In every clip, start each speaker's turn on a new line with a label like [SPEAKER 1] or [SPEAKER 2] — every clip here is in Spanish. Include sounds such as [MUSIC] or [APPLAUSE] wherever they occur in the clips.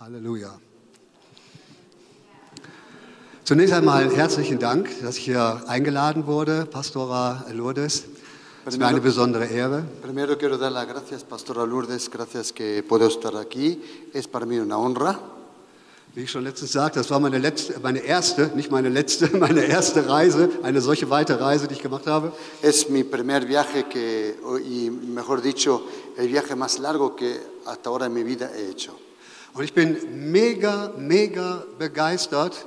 [SPEAKER 1] Halleluja. Zunächst einmal herzlichen Dank, dass ich hier eingeladen wurde, Pastora Lourdes. Es ist mir eine besondere Ehre.
[SPEAKER 2] Primero quiero dar las gracias, Pastora Lourdes, gracias que puedo estar aquí. Es para mí una honra.
[SPEAKER 1] Wie ich schon letztens sagte, das war meine, letzte, meine erste, nicht meine letzte, [LAUGHS] meine erste Reise, eine solche weite Reise, die ich gemacht habe.
[SPEAKER 2] Es mi primer viaje que, y mejor dicho, el viaje más largo que hasta ahora en mi vida he hecho.
[SPEAKER 1] Und ich bin mega, mega begeistert,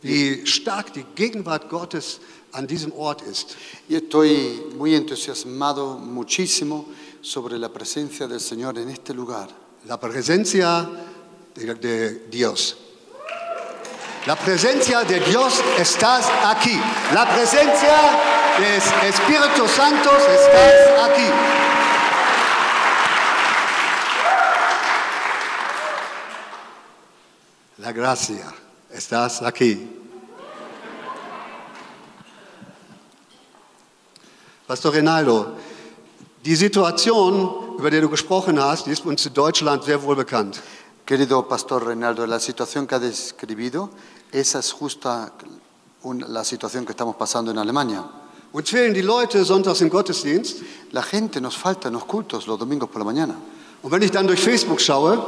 [SPEAKER 1] wie stark die Gegenwart Gottes an diesem Ort ist.
[SPEAKER 2] Y estoy muy entusiasmado muchísimo sobre la presencia del Señor en este lugar.
[SPEAKER 1] La presencia de, de Dios. La presencia de Dios está aquí. La presencia des Espíritu Santo está aquí. La gracia está aquí. Pastor Rinaldo, die Situation, über die du gesprochen hast, die ist uns in Deutschland sehr wohl bekannt.
[SPEAKER 2] Querido Pastor Reinaldo, la situación que ha describido, esa es justa un- la situación que estamos pasando en Alemania.
[SPEAKER 1] Uns fehlen die Leute sonntags im Gottesdienst.
[SPEAKER 2] La gente nos falta en los cultos los domingos por la mañana.
[SPEAKER 1] Und wenn ich dann durch Facebook schaue,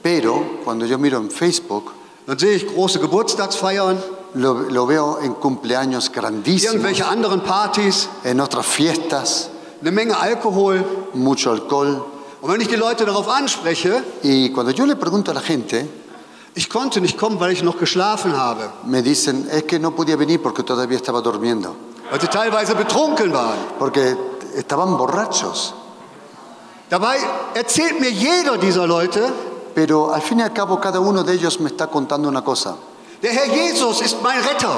[SPEAKER 2] Pero cuando yo miro en Facebook,
[SPEAKER 1] dann sehe ich große Geburtstagsfeiern,
[SPEAKER 2] lo, lo veo en cumpleaños grandísimos,
[SPEAKER 1] irgendwelche anderen Partys,
[SPEAKER 2] en otras fiestas,
[SPEAKER 1] eine Menge Alkohol.
[SPEAKER 2] mucho alcohol.
[SPEAKER 1] Und wenn ich die Leute darauf anspreche,
[SPEAKER 2] Y cuando yo le pregunto a la gente,
[SPEAKER 1] ich konnte nicht kommen, weil ich noch geschlafen habe,
[SPEAKER 2] me dicen, es que no podía venir porque todavía estaba durmiendo,
[SPEAKER 1] weil sie teilweise betrunken waren.
[SPEAKER 2] porque estaban borrachos.
[SPEAKER 1] Dabei erzählt mir jeder dieser Leute,
[SPEAKER 2] Pero al fin y al cabo cada uno de ellos me está contando una cosa,
[SPEAKER 1] der Herr Jesus ist mein Retter.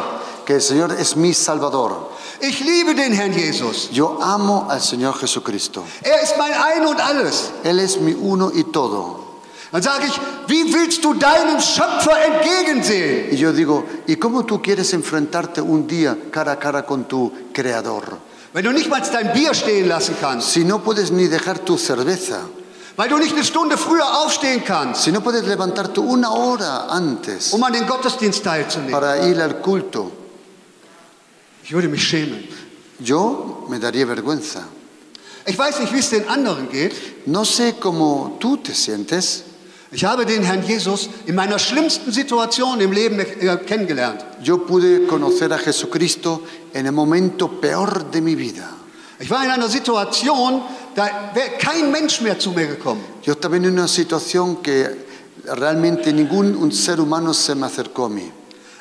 [SPEAKER 2] que el Señor es mi Salvador.
[SPEAKER 1] Ich liebe den Herrn Jesus.
[SPEAKER 2] Yo amo al Señor Jesucristo.
[SPEAKER 1] Er ist mein Ein und alles.
[SPEAKER 2] Él es mi uno y todo.
[SPEAKER 1] Dann sage ich, wie willst du deinem Schöpfer entgegensehen?
[SPEAKER 2] Y yo digo, ¿y cómo tú quieres enfrentarte un día cara a cara con tu Creador?
[SPEAKER 1] Wenn du nicht mal dein Bier stehen lassen kannst,
[SPEAKER 2] Si no puedes ni dejar tu cerveza,
[SPEAKER 1] weil du nicht eine Stunde früher aufstehen kannst,
[SPEAKER 2] si no puedes levantarte una hora antes
[SPEAKER 1] um an den Gottesdienst teilzunehmen.
[SPEAKER 2] para ir al culto,
[SPEAKER 1] Ich würde mich schämen.
[SPEAKER 2] yo me daría vergüenza.
[SPEAKER 1] Ich weiß nicht, wie es den anderen geht.
[SPEAKER 2] No sé cómo tú te sientes.
[SPEAKER 1] Ich habe den Herrn Jesus in meiner schlimmsten Situation im Leben äh, kennengelernt.
[SPEAKER 2] Yo pude conocer a Jesucristo en el momento peor de mi vida.
[SPEAKER 1] Ich war in einer Situation, da wäre kein Mensch mehr zu mir gekommen.
[SPEAKER 2] Yo estaba en una situación que realmente ningún un ser humano se me acercó a mí.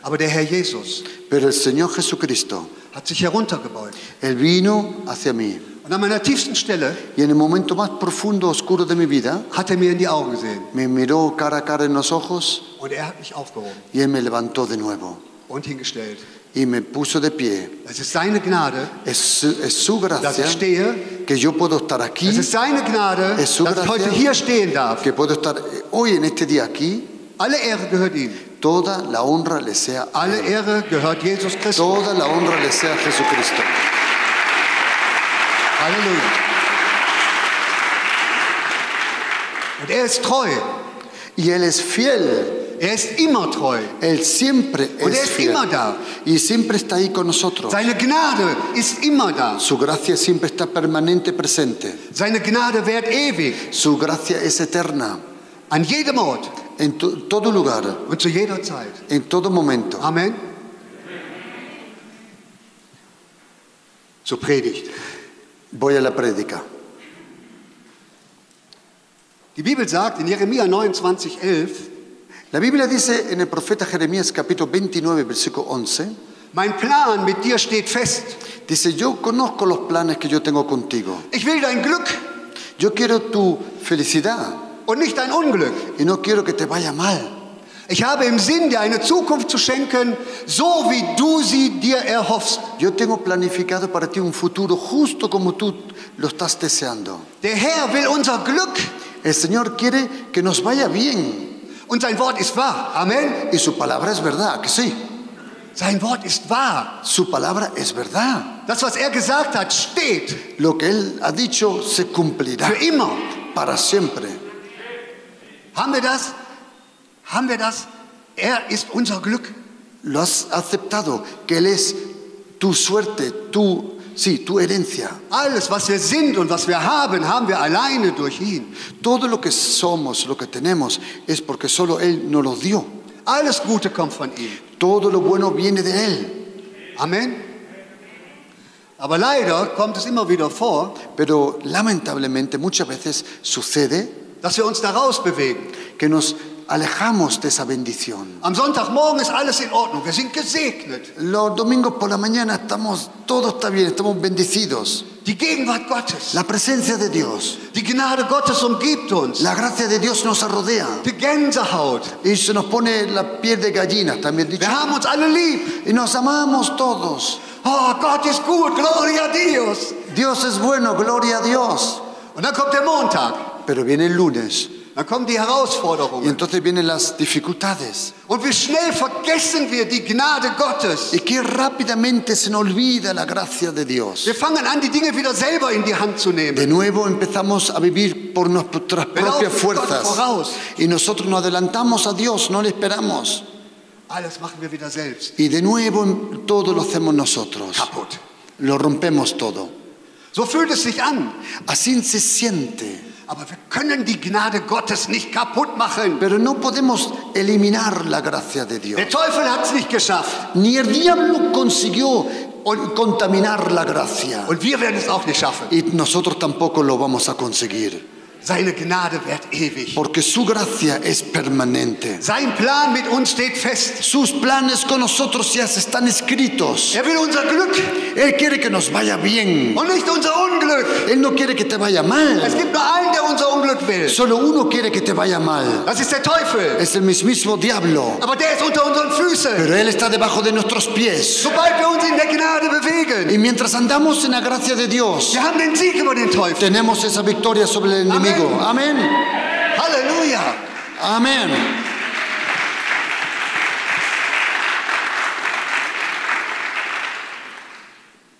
[SPEAKER 1] Aber der Herr Jesus
[SPEAKER 2] Pero el Señor Jesucristo,
[SPEAKER 1] hat sich heruntergebeugt.
[SPEAKER 2] Él vino hacia mí.
[SPEAKER 1] Und an meiner tiefsten Stelle
[SPEAKER 2] Y en el momento más profundo, oscuro de mi vida,
[SPEAKER 1] hat er mir in die Augen gesehen.
[SPEAKER 2] me miró cara a cara en los ojos
[SPEAKER 1] Und er hat mich aufgehoben
[SPEAKER 2] y Él me levantó de nuevo
[SPEAKER 1] und hingestellt.
[SPEAKER 2] y me puso de pie.
[SPEAKER 1] Es ist seine Gnade,
[SPEAKER 2] Es, su- es su
[SPEAKER 1] dass
[SPEAKER 2] gracia
[SPEAKER 1] ich stehe,
[SPEAKER 2] que yo puedo estar aquí,
[SPEAKER 1] Es ist seine Gnade,
[SPEAKER 2] Es su
[SPEAKER 1] dass ich
[SPEAKER 2] gracia.
[SPEAKER 1] heute hier stehen darf.
[SPEAKER 2] que puedo estar hoy en este día aquí.
[SPEAKER 1] Alle Ehre gehört ihm.
[SPEAKER 2] Toda la honra le sea a
[SPEAKER 1] Alle
[SPEAKER 2] Él.
[SPEAKER 1] Ehre gehört Jesus Christus.
[SPEAKER 2] Toda la honra le sea a Jesucristo.
[SPEAKER 1] Halleluja. Und er ist treu.
[SPEAKER 2] Y Él es fiel.
[SPEAKER 1] Er ist immer treu.
[SPEAKER 2] Él siempre
[SPEAKER 1] Und er
[SPEAKER 2] es
[SPEAKER 1] ist
[SPEAKER 2] fiel.
[SPEAKER 1] immer da.
[SPEAKER 2] Y siempre está ahí con nosotros.
[SPEAKER 1] Seine Gnade ist immer da.
[SPEAKER 2] Su gracia siempre está permanente presente.
[SPEAKER 1] Seine Gnade währt ewig.
[SPEAKER 2] Su gracia es eterna.
[SPEAKER 1] An jedem Ort
[SPEAKER 2] En to- todo lugar,
[SPEAKER 1] und zu jeder Zeit.
[SPEAKER 2] en todo momento.
[SPEAKER 1] Amen. Zur Predigt.
[SPEAKER 2] Voy a la prédica.
[SPEAKER 1] Die Bibel sagt in Jeremia 29,11:
[SPEAKER 2] La Biblia dice en el profeta Jeremías capítulo 29, versículo 11,
[SPEAKER 1] Mein Plan mit dir steht fest.
[SPEAKER 2] dice, yo conozco los planes que yo tengo contigo.
[SPEAKER 1] Ich will dein Glück
[SPEAKER 2] Yo quiero tu felicidad
[SPEAKER 1] und nicht dein Unglück.
[SPEAKER 2] y no quiero que te vaya mal.
[SPEAKER 1] Ich habe im Sinn, dir eine Zukunft zu schenken, so wie du sie dir erhoffst.
[SPEAKER 2] Yo tengo planificado para ti un futuro justo como tú lo estás deseando.
[SPEAKER 1] Der Herr will unser Glück
[SPEAKER 2] El Señor quiere que nos vaya bien
[SPEAKER 1] und sein Wort ist wahr. Amen.
[SPEAKER 2] y su palabra es verdad, que sí.
[SPEAKER 1] Sein Wort ist wahr.
[SPEAKER 2] Su palabra es verdad.
[SPEAKER 1] Das, was er gesagt hat, steht
[SPEAKER 2] Lo que Él ha dicho se cumplirá
[SPEAKER 1] für immer.
[SPEAKER 2] para siempre.
[SPEAKER 1] Haben wir das? Haben wir das? Er ist unser Glück.
[SPEAKER 2] Lo has aceptado, que Él es tu suerte, tu, sí, tu herencia.
[SPEAKER 1] Alles, was wir sind und was wir haben, haben wir alleine durch ihn.
[SPEAKER 2] Todo lo que somos, lo que tenemos, es porque solo Él nos lo dio.
[SPEAKER 1] Alles Gute kommt von ihm.
[SPEAKER 2] Todo lo bueno viene de Él.
[SPEAKER 1] Amen. Aber leider kommt es immer wieder vor,
[SPEAKER 2] Pero lamentablemente muchas veces sucede
[SPEAKER 1] dass wir uns daraus bewegen.
[SPEAKER 2] que nos alejamos de esa bendición.
[SPEAKER 1] Am Sonntagmorgen ist alles in Ordnung. Wir sind gesegnet.
[SPEAKER 2] Los domingos por la mañana estamos, todo está bien, estamos bendecidos.
[SPEAKER 1] Die Gegenwart Gottes,
[SPEAKER 2] La presencia de Dios,
[SPEAKER 1] die Gnade Gottes umgibt uns.
[SPEAKER 2] la gracia de Dios nos arrodea
[SPEAKER 1] Die Gänsehaut.
[SPEAKER 2] y se nos pone la piel de gallina, también dicho.
[SPEAKER 1] Wir haben uns alle lieb.
[SPEAKER 2] Y nos amamos todos.
[SPEAKER 1] Oh, Gott ist gut. Gloria a Dios.
[SPEAKER 2] Dios es bueno, gloria a Dios.
[SPEAKER 1] Und dann kommt der Montag.
[SPEAKER 2] Pero viene el lunes
[SPEAKER 1] Dann kommen die
[SPEAKER 2] y
[SPEAKER 1] Herausforderungen.
[SPEAKER 2] entonces vienen las dificultades.
[SPEAKER 1] Und wie schnell vergessen wir die Gnade Gottes.
[SPEAKER 2] Y qué rápidamente se nos olvida la gracia de Dios.
[SPEAKER 1] Wir fangen an, die Dinge wieder selber in die Hand zu
[SPEAKER 2] De
[SPEAKER 1] nehmen.
[SPEAKER 2] nuevo empezamos a vivir por nuestras propias fuerzas. Y nosotros nos adelantamos a Dios, no le esperamos.
[SPEAKER 1] Alles machen wir wieder selbst.
[SPEAKER 2] Y de nuevo todo lo hacemos nosotros.
[SPEAKER 1] Kaputt.
[SPEAKER 2] Lo rompemos todo.
[SPEAKER 1] So fühlt es sich an.
[SPEAKER 2] Así se siente.
[SPEAKER 1] Aber wir können die Gnade Gottes nicht kaputt machen.
[SPEAKER 2] Pero no podemos eliminar la gracia de Dios.
[SPEAKER 1] Der Teufel hat es nicht geschafft.
[SPEAKER 2] Ni el diablo consiguió contaminar la gracia.
[SPEAKER 1] Und wir werden es auch nicht schaffen.
[SPEAKER 2] Y nosotros tampoco lo vamos a conseguir.
[SPEAKER 1] Seine Gnade währt ewig.
[SPEAKER 2] Porque su gracia es permanente.
[SPEAKER 1] Sein Plan mit uns steht fest.
[SPEAKER 2] Sus planes con nosotros ya están escritos.
[SPEAKER 1] Er will unser Glück
[SPEAKER 2] Él quiere que nos vaya bien.
[SPEAKER 1] und nicht unser Unglück.
[SPEAKER 2] Él no quiere que te vaya
[SPEAKER 1] Es
[SPEAKER 2] mal.
[SPEAKER 1] gibt nur einen, der unser Unglück will.
[SPEAKER 2] Solo uno quiere que te vaya mal.
[SPEAKER 1] Das ist der Teufel.
[SPEAKER 2] Es el mismísimo diablo.
[SPEAKER 1] Aber der ist unter unseren Füßen.
[SPEAKER 2] Pero Él está debajo de nuestros pies.
[SPEAKER 1] Sobald wir uns in der Gnade bewegen,
[SPEAKER 2] Y mientras andamos en la gracia de Dios,
[SPEAKER 1] wir haben den Sieg über den Teufel.
[SPEAKER 2] tenemos esa victoria sobre el enemigo. Amén.
[SPEAKER 1] Halleluja.
[SPEAKER 2] Amén.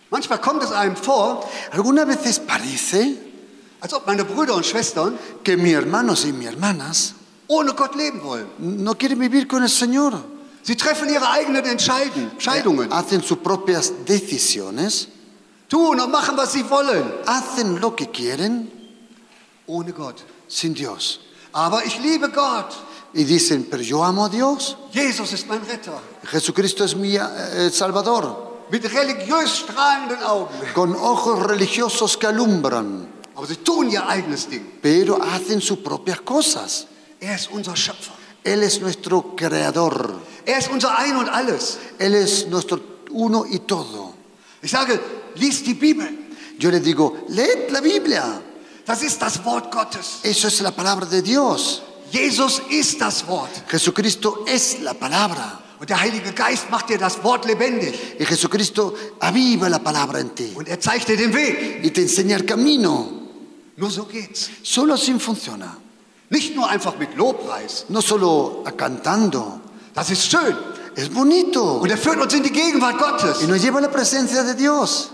[SPEAKER 1] Manchmal kommt es einem vor,
[SPEAKER 2] Algunas veces parece
[SPEAKER 1] als ob meine Brüder und Schwestern
[SPEAKER 2] que mis hermanos y mis hermanas
[SPEAKER 1] ohne Gott leben wollen.
[SPEAKER 2] no quieren vivir con el Señor.
[SPEAKER 1] Sie treffen ihre eigenen Entscheiden, Entscheidungen,
[SPEAKER 2] Hacen sus propias decisiones,
[SPEAKER 1] tun und machen, was sie wollen,
[SPEAKER 2] hacen lo que quieren
[SPEAKER 1] ohne Gott.
[SPEAKER 2] sin Dios.
[SPEAKER 1] Aber ich liebe Gott.
[SPEAKER 2] Y dicen, pero yo amo a Dios.
[SPEAKER 1] Jesus ist mein Retter.
[SPEAKER 2] Jesucristo es mi eh, Salvador.
[SPEAKER 1] Mit religiös strahlenden Augen.
[SPEAKER 2] Con ojos religiosos que alumbran,
[SPEAKER 1] Aber sie tun ihr eigenes Ding.
[SPEAKER 2] pero hacen sus propias cosas.
[SPEAKER 1] Er ist unser Schöpfer.
[SPEAKER 2] Él es nuestro creador.
[SPEAKER 1] Er ist unser Ein und Alles.
[SPEAKER 2] Él es nuestro uno y todo.
[SPEAKER 1] Ich sage, lies die Bibel.
[SPEAKER 2] Yo les digo, leed la Biblia.
[SPEAKER 1] Das ist das Wort Gottes.
[SPEAKER 2] Eso es la palabra de Dios.
[SPEAKER 1] Jesus ist das Wort.
[SPEAKER 2] Jesucristo es la palabra.
[SPEAKER 1] Und der Heilige Geist macht dir das Wort lebendig.
[SPEAKER 2] Y Jesucristo aviva la palabra en ti
[SPEAKER 1] Und er zeigt dir den Weg.
[SPEAKER 2] y te enseña el camino.
[SPEAKER 1] Nur so geht's.
[SPEAKER 2] Solo así funciona.
[SPEAKER 1] Nicht nur einfach mit Lobpreis.
[SPEAKER 2] No solo cantando.
[SPEAKER 1] Das ist schön.
[SPEAKER 2] Es bonito.
[SPEAKER 1] Und er führt uns in die Gegenwart
[SPEAKER 2] Y
[SPEAKER 1] Gottes.
[SPEAKER 2] nos lleva a la presencia de Dios.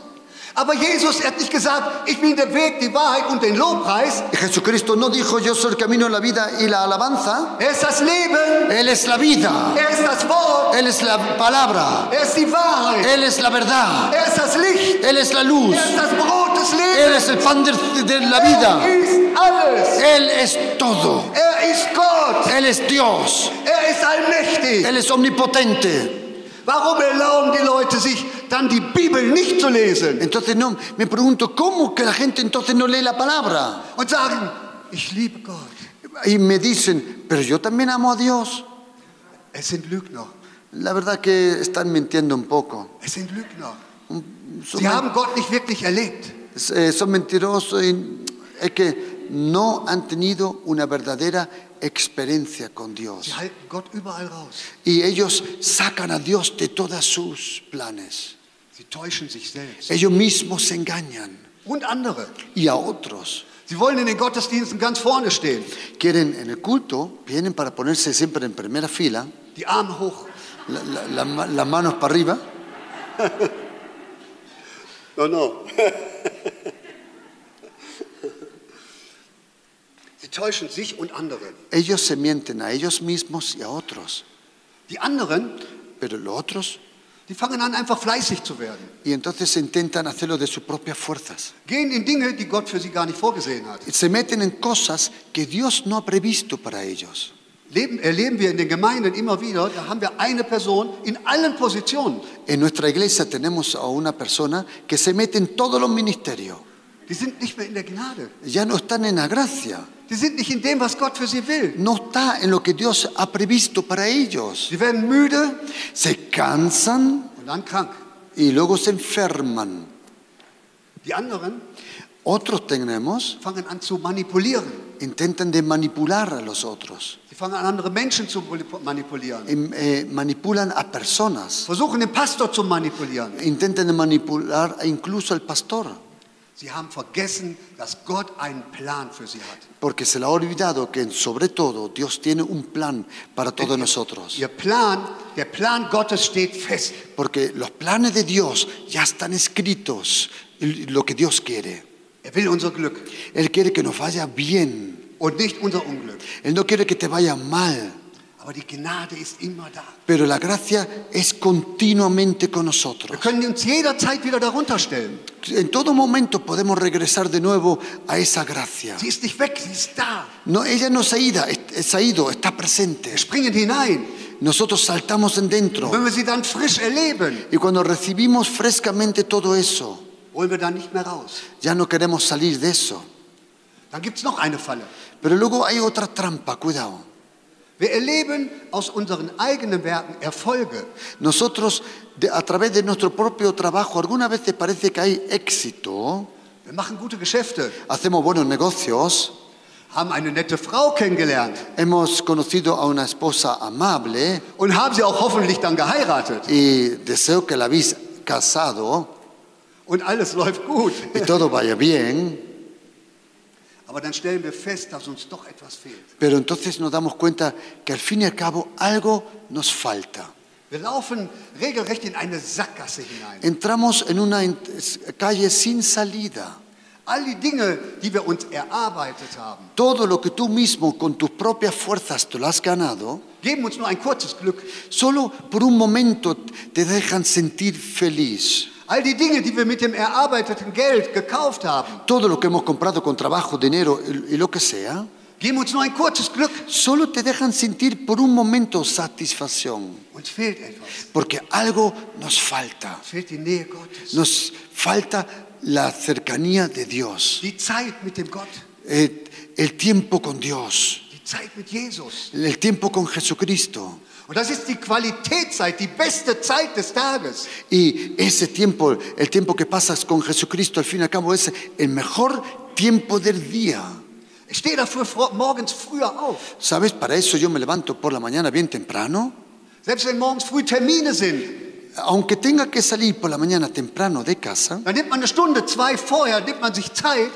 [SPEAKER 1] Aber Jesus er hat nicht gesagt, ich bin der Weg, die Wahrheit und den Lobpreis.
[SPEAKER 2] Y Jesucristo no dijo yo soy el camino, la vida y la alabanza.
[SPEAKER 1] Er ist das Leben.
[SPEAKER 2] Él es la vida.
[SPEAKER 1] Er ist das Wort.
[SPEAKER 2] Él es la palabra.
[SPEAKER 1] Er ist die Wahrheit.
[SPEAKER 2] Él es la verdad.
[SPEAKER 1] Er ist das Licht.
[SPEAKER 2] Él es la luz.
[SPEAKER 1] Er ist das Brot des
[SPEAKER 2] Él
[SPEAKER 1] Lebens.
[SPEAKER 2] es el pan de, de la
[SPEAKER 1] Er
[SPEAKER 2] vida.
[SPEAKER 1] ist alles.
[SPEAKER 2] Él es todo.
[SPEAKER 1] Er ist Gott.
[SPEAKER 2] Él es Dios.
[SPEAKER 1] Er ist allmächtig.
[SPEAKER 2] Él es omnipotente.
[SPEAKER 1] Warum erlauben die Leute sich dann die Bibel nicht zu lesen
[SPEAKER 2] Entonces no, me pregunto, ¿cómo que la gente entonces no lee la palabra?
[SPEAKER 1] und sagen, ich liebe Gott?
[SPEAKER 2] Y me dicen, pero yo también amo a Dios.
[SPEAKER 1] Es sind Lügner.
[SPEAKER 2] La verdad que están mintiendo un poco.
[SPEAKER 1] Es sind Lügner.
[SPEAKER 2] Son,
[SPEAKER 1] Sie haben Gott nicht wirklich erlebt.
[SPEAKER 2] eh, son mentirosos y es que no han tenido una verdadera experiencia con
[SPEAKER 1] Sie
[SPEAKER 2] Dios.
[SPEAKER 1] halten Gott überall raus.
[SPEAKER 2] Y ellos sacan a Dios de todos sus planes.
[SPEAKER 1] Sie täuschen sich selbst
[SPEAKER 2] Ellos mismos se engañan
[SPEAKER 1] und andere.
[SPEAKER 2] y a otros.
[SPEAKER 1] Sie wollen in den Gottesdiensten ganz vorne stehen,
[SPEAKER 2] Quieren en el culto, vienen para ponerse siempre en primera fila,
[SPEAKER 1] die Arme hoch.
[SPEAKER 2] la- la- la ma- las manos para arriba.
[SPEAKER 1] No, no. [LAUGHS] Sie täuschen sich und andere.
[SPEAKER 2] Ellos se mienten a ellos mismos y a otros,
[SPEAKER 1] Die anderen,
[SPEAKER 2] pero los otros,
[SPEAKER 1] die fangen an, einfach fleißig zu werden.
[SPEAKER 2] y entonces intentan hacerlo de sus propias fuerzas.
[SPEAKER 1] Gehen in Dinge, die Gott für sie gar nicht vorgesehen hat.
[SPEAKER 2] Se meten en cosas que Dios no ha previsto para ellos.
[SPEAKER 1] Leben, erleben wir in den Gemeinden immer wieder, da haben wir eine Person in allen Positionen.
[SPEAKER 2] En nuestra iglesia tenemos a una persona que se mete en todos los ministerios.
[SPEAKER 1] Die sind nicht mehr in der Gnade.
[SPEAKER 2] Ya no están en la gracia,
[SPEAKER 1] Die sind nicht in dem, was Gott für sie will.
[SPEAKER 2] no está en lo que Dios ha previsto para ellos.
[SPEAKER 1] Sie werden müde
[SPEAKER 2] Se cansan
[SPEAKER 1] und dann krank.
[SPEAKER 2] y luego se enferman.
[SPEAKER 1] Die anderen
[SPEAKER 2] Otros tenemos,
[SPEAKER 1] fangen an zu manipulieren.
[SPEAKER 2] intentan de manipular a los otros,
[SPEAKER 1] Sie fangen an, andere Menschen zu manipu- manipulieren.
[SPEAKER 2] Em, eh, manipulan a personas,
[SPEAKER 1] Versuchen, den Pastor zu manipulieren.
[SPEAKER 2] intentan de manipular a incluso al pastor,
[SPEAKER 1] Sie haben vergessen, dass Gott einen Plan für sie hat.
[SPEAKER 2] porque se le ha olvidado que sobre todo Dios tiene un plan para todos nosotros,
[SPEAKER 1] Ihr Plan, der Plan Gottes steht fest.
[SPEAKER 2] porque los planes de Dios ya están escritos, el- lo que Dios quiere.
[SPEAKER 1] Er will unser Glück
[SPEAKER 2] Él quiere que nos vaya bien,
[SPEAKER 1] und nicht unser Unglück.
[SPEAKER 2] Él no quiere que te vaya mal,
[SPEAKER 1] Aber die Gnade ist immer da.
[SPEAKER 2] pero la gracia es continuamente con
[SPEAKER 1] Wir
[SPEAKER 2] nosotros.
[SPEAKER 1] können uns jederzeit wieder darunter stellen.
[SPEAKER 2] En todo momento podemos regresar de nuevo a esa gracia.
[SPEAKER 1] Sie ist nicht weg, sie ist da.
[SPEAKER 2] No, ella no se ha ido, es- se ha ido, está presente.
[SPEAKER 1] Wir springen hinein.
[SPEAKER 2] Nosotros saltamos en dentro
[SPEAKER 1] Wenn wir sie dann frisch erleben,
[SPEAKER 2] y cuando recibimos frescamente todo eso,
[SPEAKER 1] holen wir dann nicht mehr raus.
[SPEAKER 2] ya no queremos salir de eso.
[SPEAKER 1] Dann gibt es noch eine Falle.
[SPEAKER 2] Pero luego hay otra trampa, cuidado.
[SPEAKER 1] Wir erleben aus unseren eigenen Werken Erfolge.
[SPEAKER 2] Nosotros, de- a través de nuestro propio trabajo, alguna vez te parece que hay éxito,
[SPEAKER 1] Wir machen gute Geschäfte,
[SPEAKER 2] hacemos buenos negocios,
[SPEAKER 1] haben eine nette Frau kennengelernt
[SPEAKER 2] hemos conocido a una esposa amable
[SPEAKER 1] und haben sie auch hoffentlich dann geheiratet.
[SPEAKER 2] y deseo que la habéis casado
[SPEAKER 1] Und alles läuft gut.
[SPEAKER 2] y todo vaya bien.
[SPEAKER 1] Aber dann stellen wir fest, dass uns doch etwas fehlt.
[SPEAKER 2] Pero entonces nos damos cuenta que al fin y al cabo algo nos falta.
[SPEAKER 1] Wir laufen regelrecht in eine Sackgasse hinein.
[SPEAKER 2] Entramos en una en- calle sin salida.
[SPEAKER 1] All die Dinge, die wir uns erarbeitet haben,
[SPEAKER 2] Todo lo que tú mismo con tus propias fuerzas te lo has ganado,
[SPEAKER 1] geben uns nur ein kurzes Glück.
[SPEAKER 2] solo por un momento te dejan sentir feliz.
[SPEAKER 1] All die Dinge, die wir mit dem erarbeiteten Geld gekauft haben,
[SPEAKER 2] Todo lo que hemos comprado con trabajo, dinero y y lo que sea,
[SPEAKER 1] geben uns nur ein kurzes Glück.
[SPEAKER 2] solo te dejan sentir por un momento satisfacción,
[SPEAKER 1] Uns fehlt etwas.
[SPEAKER 2] porque algo nos falta.
[SPEAKER 1] Uns fehlt die Nähe Gottes.
[SPEAKER 2] Nos falta la cercanía de Dios.
[SPEAKER 1] Die Zeit mit dem Gott.
[SPEAKER 2] Eh, el tiempo con Dios,
[SPEAKER 1] Die Zeit mit Jesus.
[SPEAKER 2] el tiempo con Jesucristo.
[SPEAKER 1] Und das ist die Qualitätszeit, die beste Zeit des Tages.
[SPEAKER 2] Y ese tiempo, el tiempo que pasas con Jesucristo, al fin y al cabo es el mejor tiempo del día.
[SPEAKER 1] Ich stehe dafür fro- morgens früher auf.
[SPEAKER 2] ¿Sabes? Para eso yo me levanto por la mañana bien temprano.
[SPEAKER 1] Selbst wenn morgens früh Termine sind,
[SPEAKER 2] Aunque tenga que salir por la mañana temprano de casa,
[SPEAKER 1] dann nimmt man eine Stunde, zwei vorher, nimmt man sich Zeit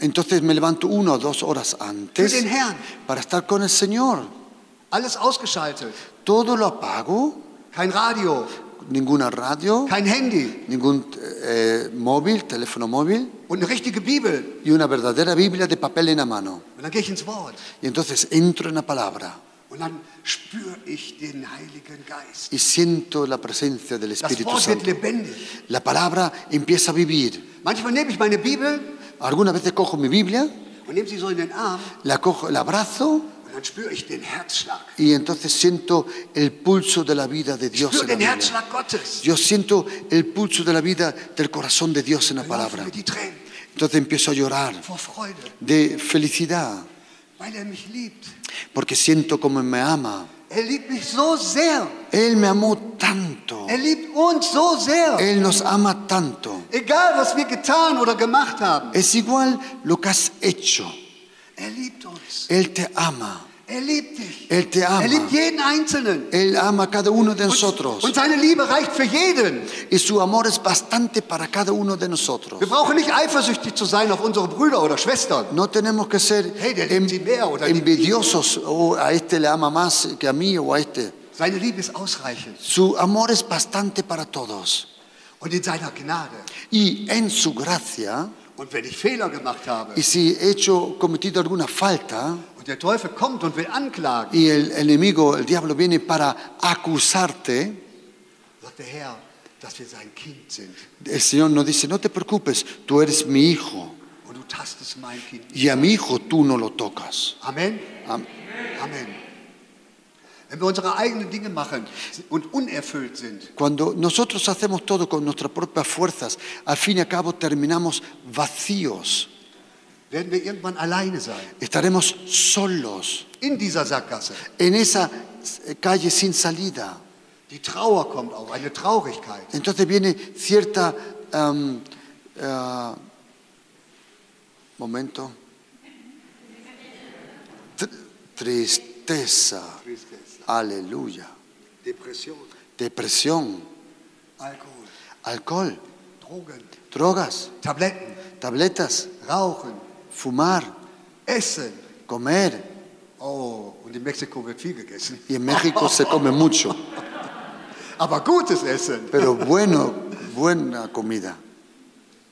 [SPEAKER 2] entonces me levanto una o dos horas
[SPEAKER 1] Für
[SPEAKER 2] antes
[SPEAKER 1] den Herrn.
[SPEAKER 2] para estar con el Señor.
[SPEAKER 1] Alles ausgeschaltet.
[SPEAKER 2] Todo lo apago,
[SPEAKER 1] Kein Radio,
[SPEAKER 2] ninguna radio,
[SPEAKER 1] kein Handy
[SPEAKER 2] ningún eh, móvil, teléfono móvil
[SPEAKER 1] und eine richtige Bibel.
[SPEAKER 2] y una verdadera Biblia de papel en la mano.
[SPEAKER 1] Und dann gehe ich ins Wort
[SPEAKER 2] Y entonces entro en la palabra
[SPEAKER 1] und dann spüre ich den Heiligen Geist.
[SPEAKER 2] y siento la presencia del
[SPEAKER 1] Das
[SPEAKER 2] Espíritu
[SPEAKER 1] Wort wird
[SPEAKER 2] Santo.
[SPEAKER 1] lebendig.
[SPEAKER 2] La palabra empieza a vivir.
[SPEAKER 1] Manchmal nehme ich meine Bibel
[SPEAKER 2] Algunas veces cojo mi Biblia,
[SPEAKER 1] und nehme sie so in den Arm
[SPEAKER 2] la, cojo, la abrazo
[SPEAKER 1] und dann spüre ich den Herzschlag.
[SPEAKER 2] y entonces siento el pulso de la vida de
[SPEAKER 1] Ich
[SPEAKER 2] Dios
[SPEAKER 1] spüre
[SPEAKER 2] en la
[SPEAKER 1] den
[SPEAKER 2] Biblia.
[SPEAKER 1] Herzschlag Gottes.
[SPEAKER 2] Yo siento el pulso de la vida del corazón de Dios en la
[SPEAKER 1] Dann laufen
[SPEAKER 2] palabra.
[SPEAKER 1] mir die Tränen
[SPEAKER 2] Entonces empiezo a llorar
[SPEAKER 1] vor Freude,
[SPEAKER 2] de felicidad
[SPEAKER 1] weil er mich liebt.
[SPEAKER 2] porque siento como me ama.
[SPEAKER 1] Er liebt mich so sehr.
[SPEAKER 2] Él me amó tanto.
[SPEAKER 1] Er liebt uns so sehr.
[SPEAKER 2] Él nos ama tanto.
[SPEAKER 1] Egal, was wir getan oder gemacht haben.
[SPEAKER 2] Es igual lo que has hecho.
[SPEAKER 1] Er liebt uns.
[SPEAKER 2] Él te ama.
[SPEAKER 1] Er liebt dich.
[SPEAKER 2] Él te ama.
[SPEAKER 1] Er liebt jeden Einzelnen.
[SPEAKER 2] Él ama a cada uno de nosotros.
[SPEAKER 1] Und seine Liebe reicht für jeden.
[SPEAKER 2] Y su amor es bastante para cada uno de nosotros.
[SPEAKER 1] Wir brauchen nicht eifersüchtig zu sein auf unsere Brüder oder Schwestern.
[SPEAKER 2] No tenemos que ser
[SPEAKER 1] Hey, der
[SPEAKER 2] en-
[SPEAKER 1] liebt sie mehr, oder die-
[SPEAKER 2] envidiosos o a este le ama más que a mí o a este.
[SPEAKER 1] Seine Liebe ist ausreichend.
[SPEAKER 2] Su amor es bastante para todos.
[SPEAKER 1] Und in seiner Gnade
[SPEAKER 2] Y en su gracia,
[SPEAKER 1] Und wenn ich Fehler gemacht habe
[SPEAKER 2] Y si he hecho, cometido alguna falta
[SPEAKER 1] und der Teufel kommt und will anklagen,
[SPEAKER 2] y el enemigo, el diablo, viene para acusarte,
[SPEAKER 1] sagt der Herr, dass wir sein Kind sind.
[SPEAKER 2] el Señor nos dice, no te preocupes, tú eres mi hijo
[SPEAKER 1] Und du tastest mein Kind.
[SPEAKER 2] y a mi hijo tú no lo tocas.
[SPEAKER 1] Amen.
[SPEAKER 2] Am-
[SPEAKER 1] Amen. Wenn wir unsere eigenen Dinge machen und unerfüllt sind,
[SPEAKER 2] Cuando nosotros hacemos todo con nuestras propias fuerzas, al fin y al cabo terminamos vacíos,
[SPEAKER 1] werden wir irgendwann alleine sein.
[SPEAKER 2] estaremos solos
[SPEAKER 1] In dieser Sackgasse.
[SPEAKER 2] en esa eh, calle sin salida.
[SPEAKER 1] Die Trauer kommt auf, eine Traurigkeit.
[SPEAKER 2] Entonces viene cierta am, ah, momento Tr- tristeza, aleluya,
[SPEAKER 1] Depression,
[SPEAKER 2] depresión,
[SPEAKER 1] Alkohol,
[SPEAKER 2] alcohol,
[SPEAKER 1] Drogen,
[SPEAKER 2] drogas,
[SPEAKER 1] Tabletten,
[SPEAKER 2] tabletas,
[SPEAKER 1] Rauchen,
[SPEAKER 2] fumar,
[SPEAKER 1] Essen.
[SPEAKER 2] comer.
[SPEAKER 1] Oh, und in Mexiko wird viel gegessen.
[SPEAKER 2] Y en México se come mucho,
[SPEAKER 1] Aber gutes Essen.
[SPEAKER 2] pero bueno, buena comida.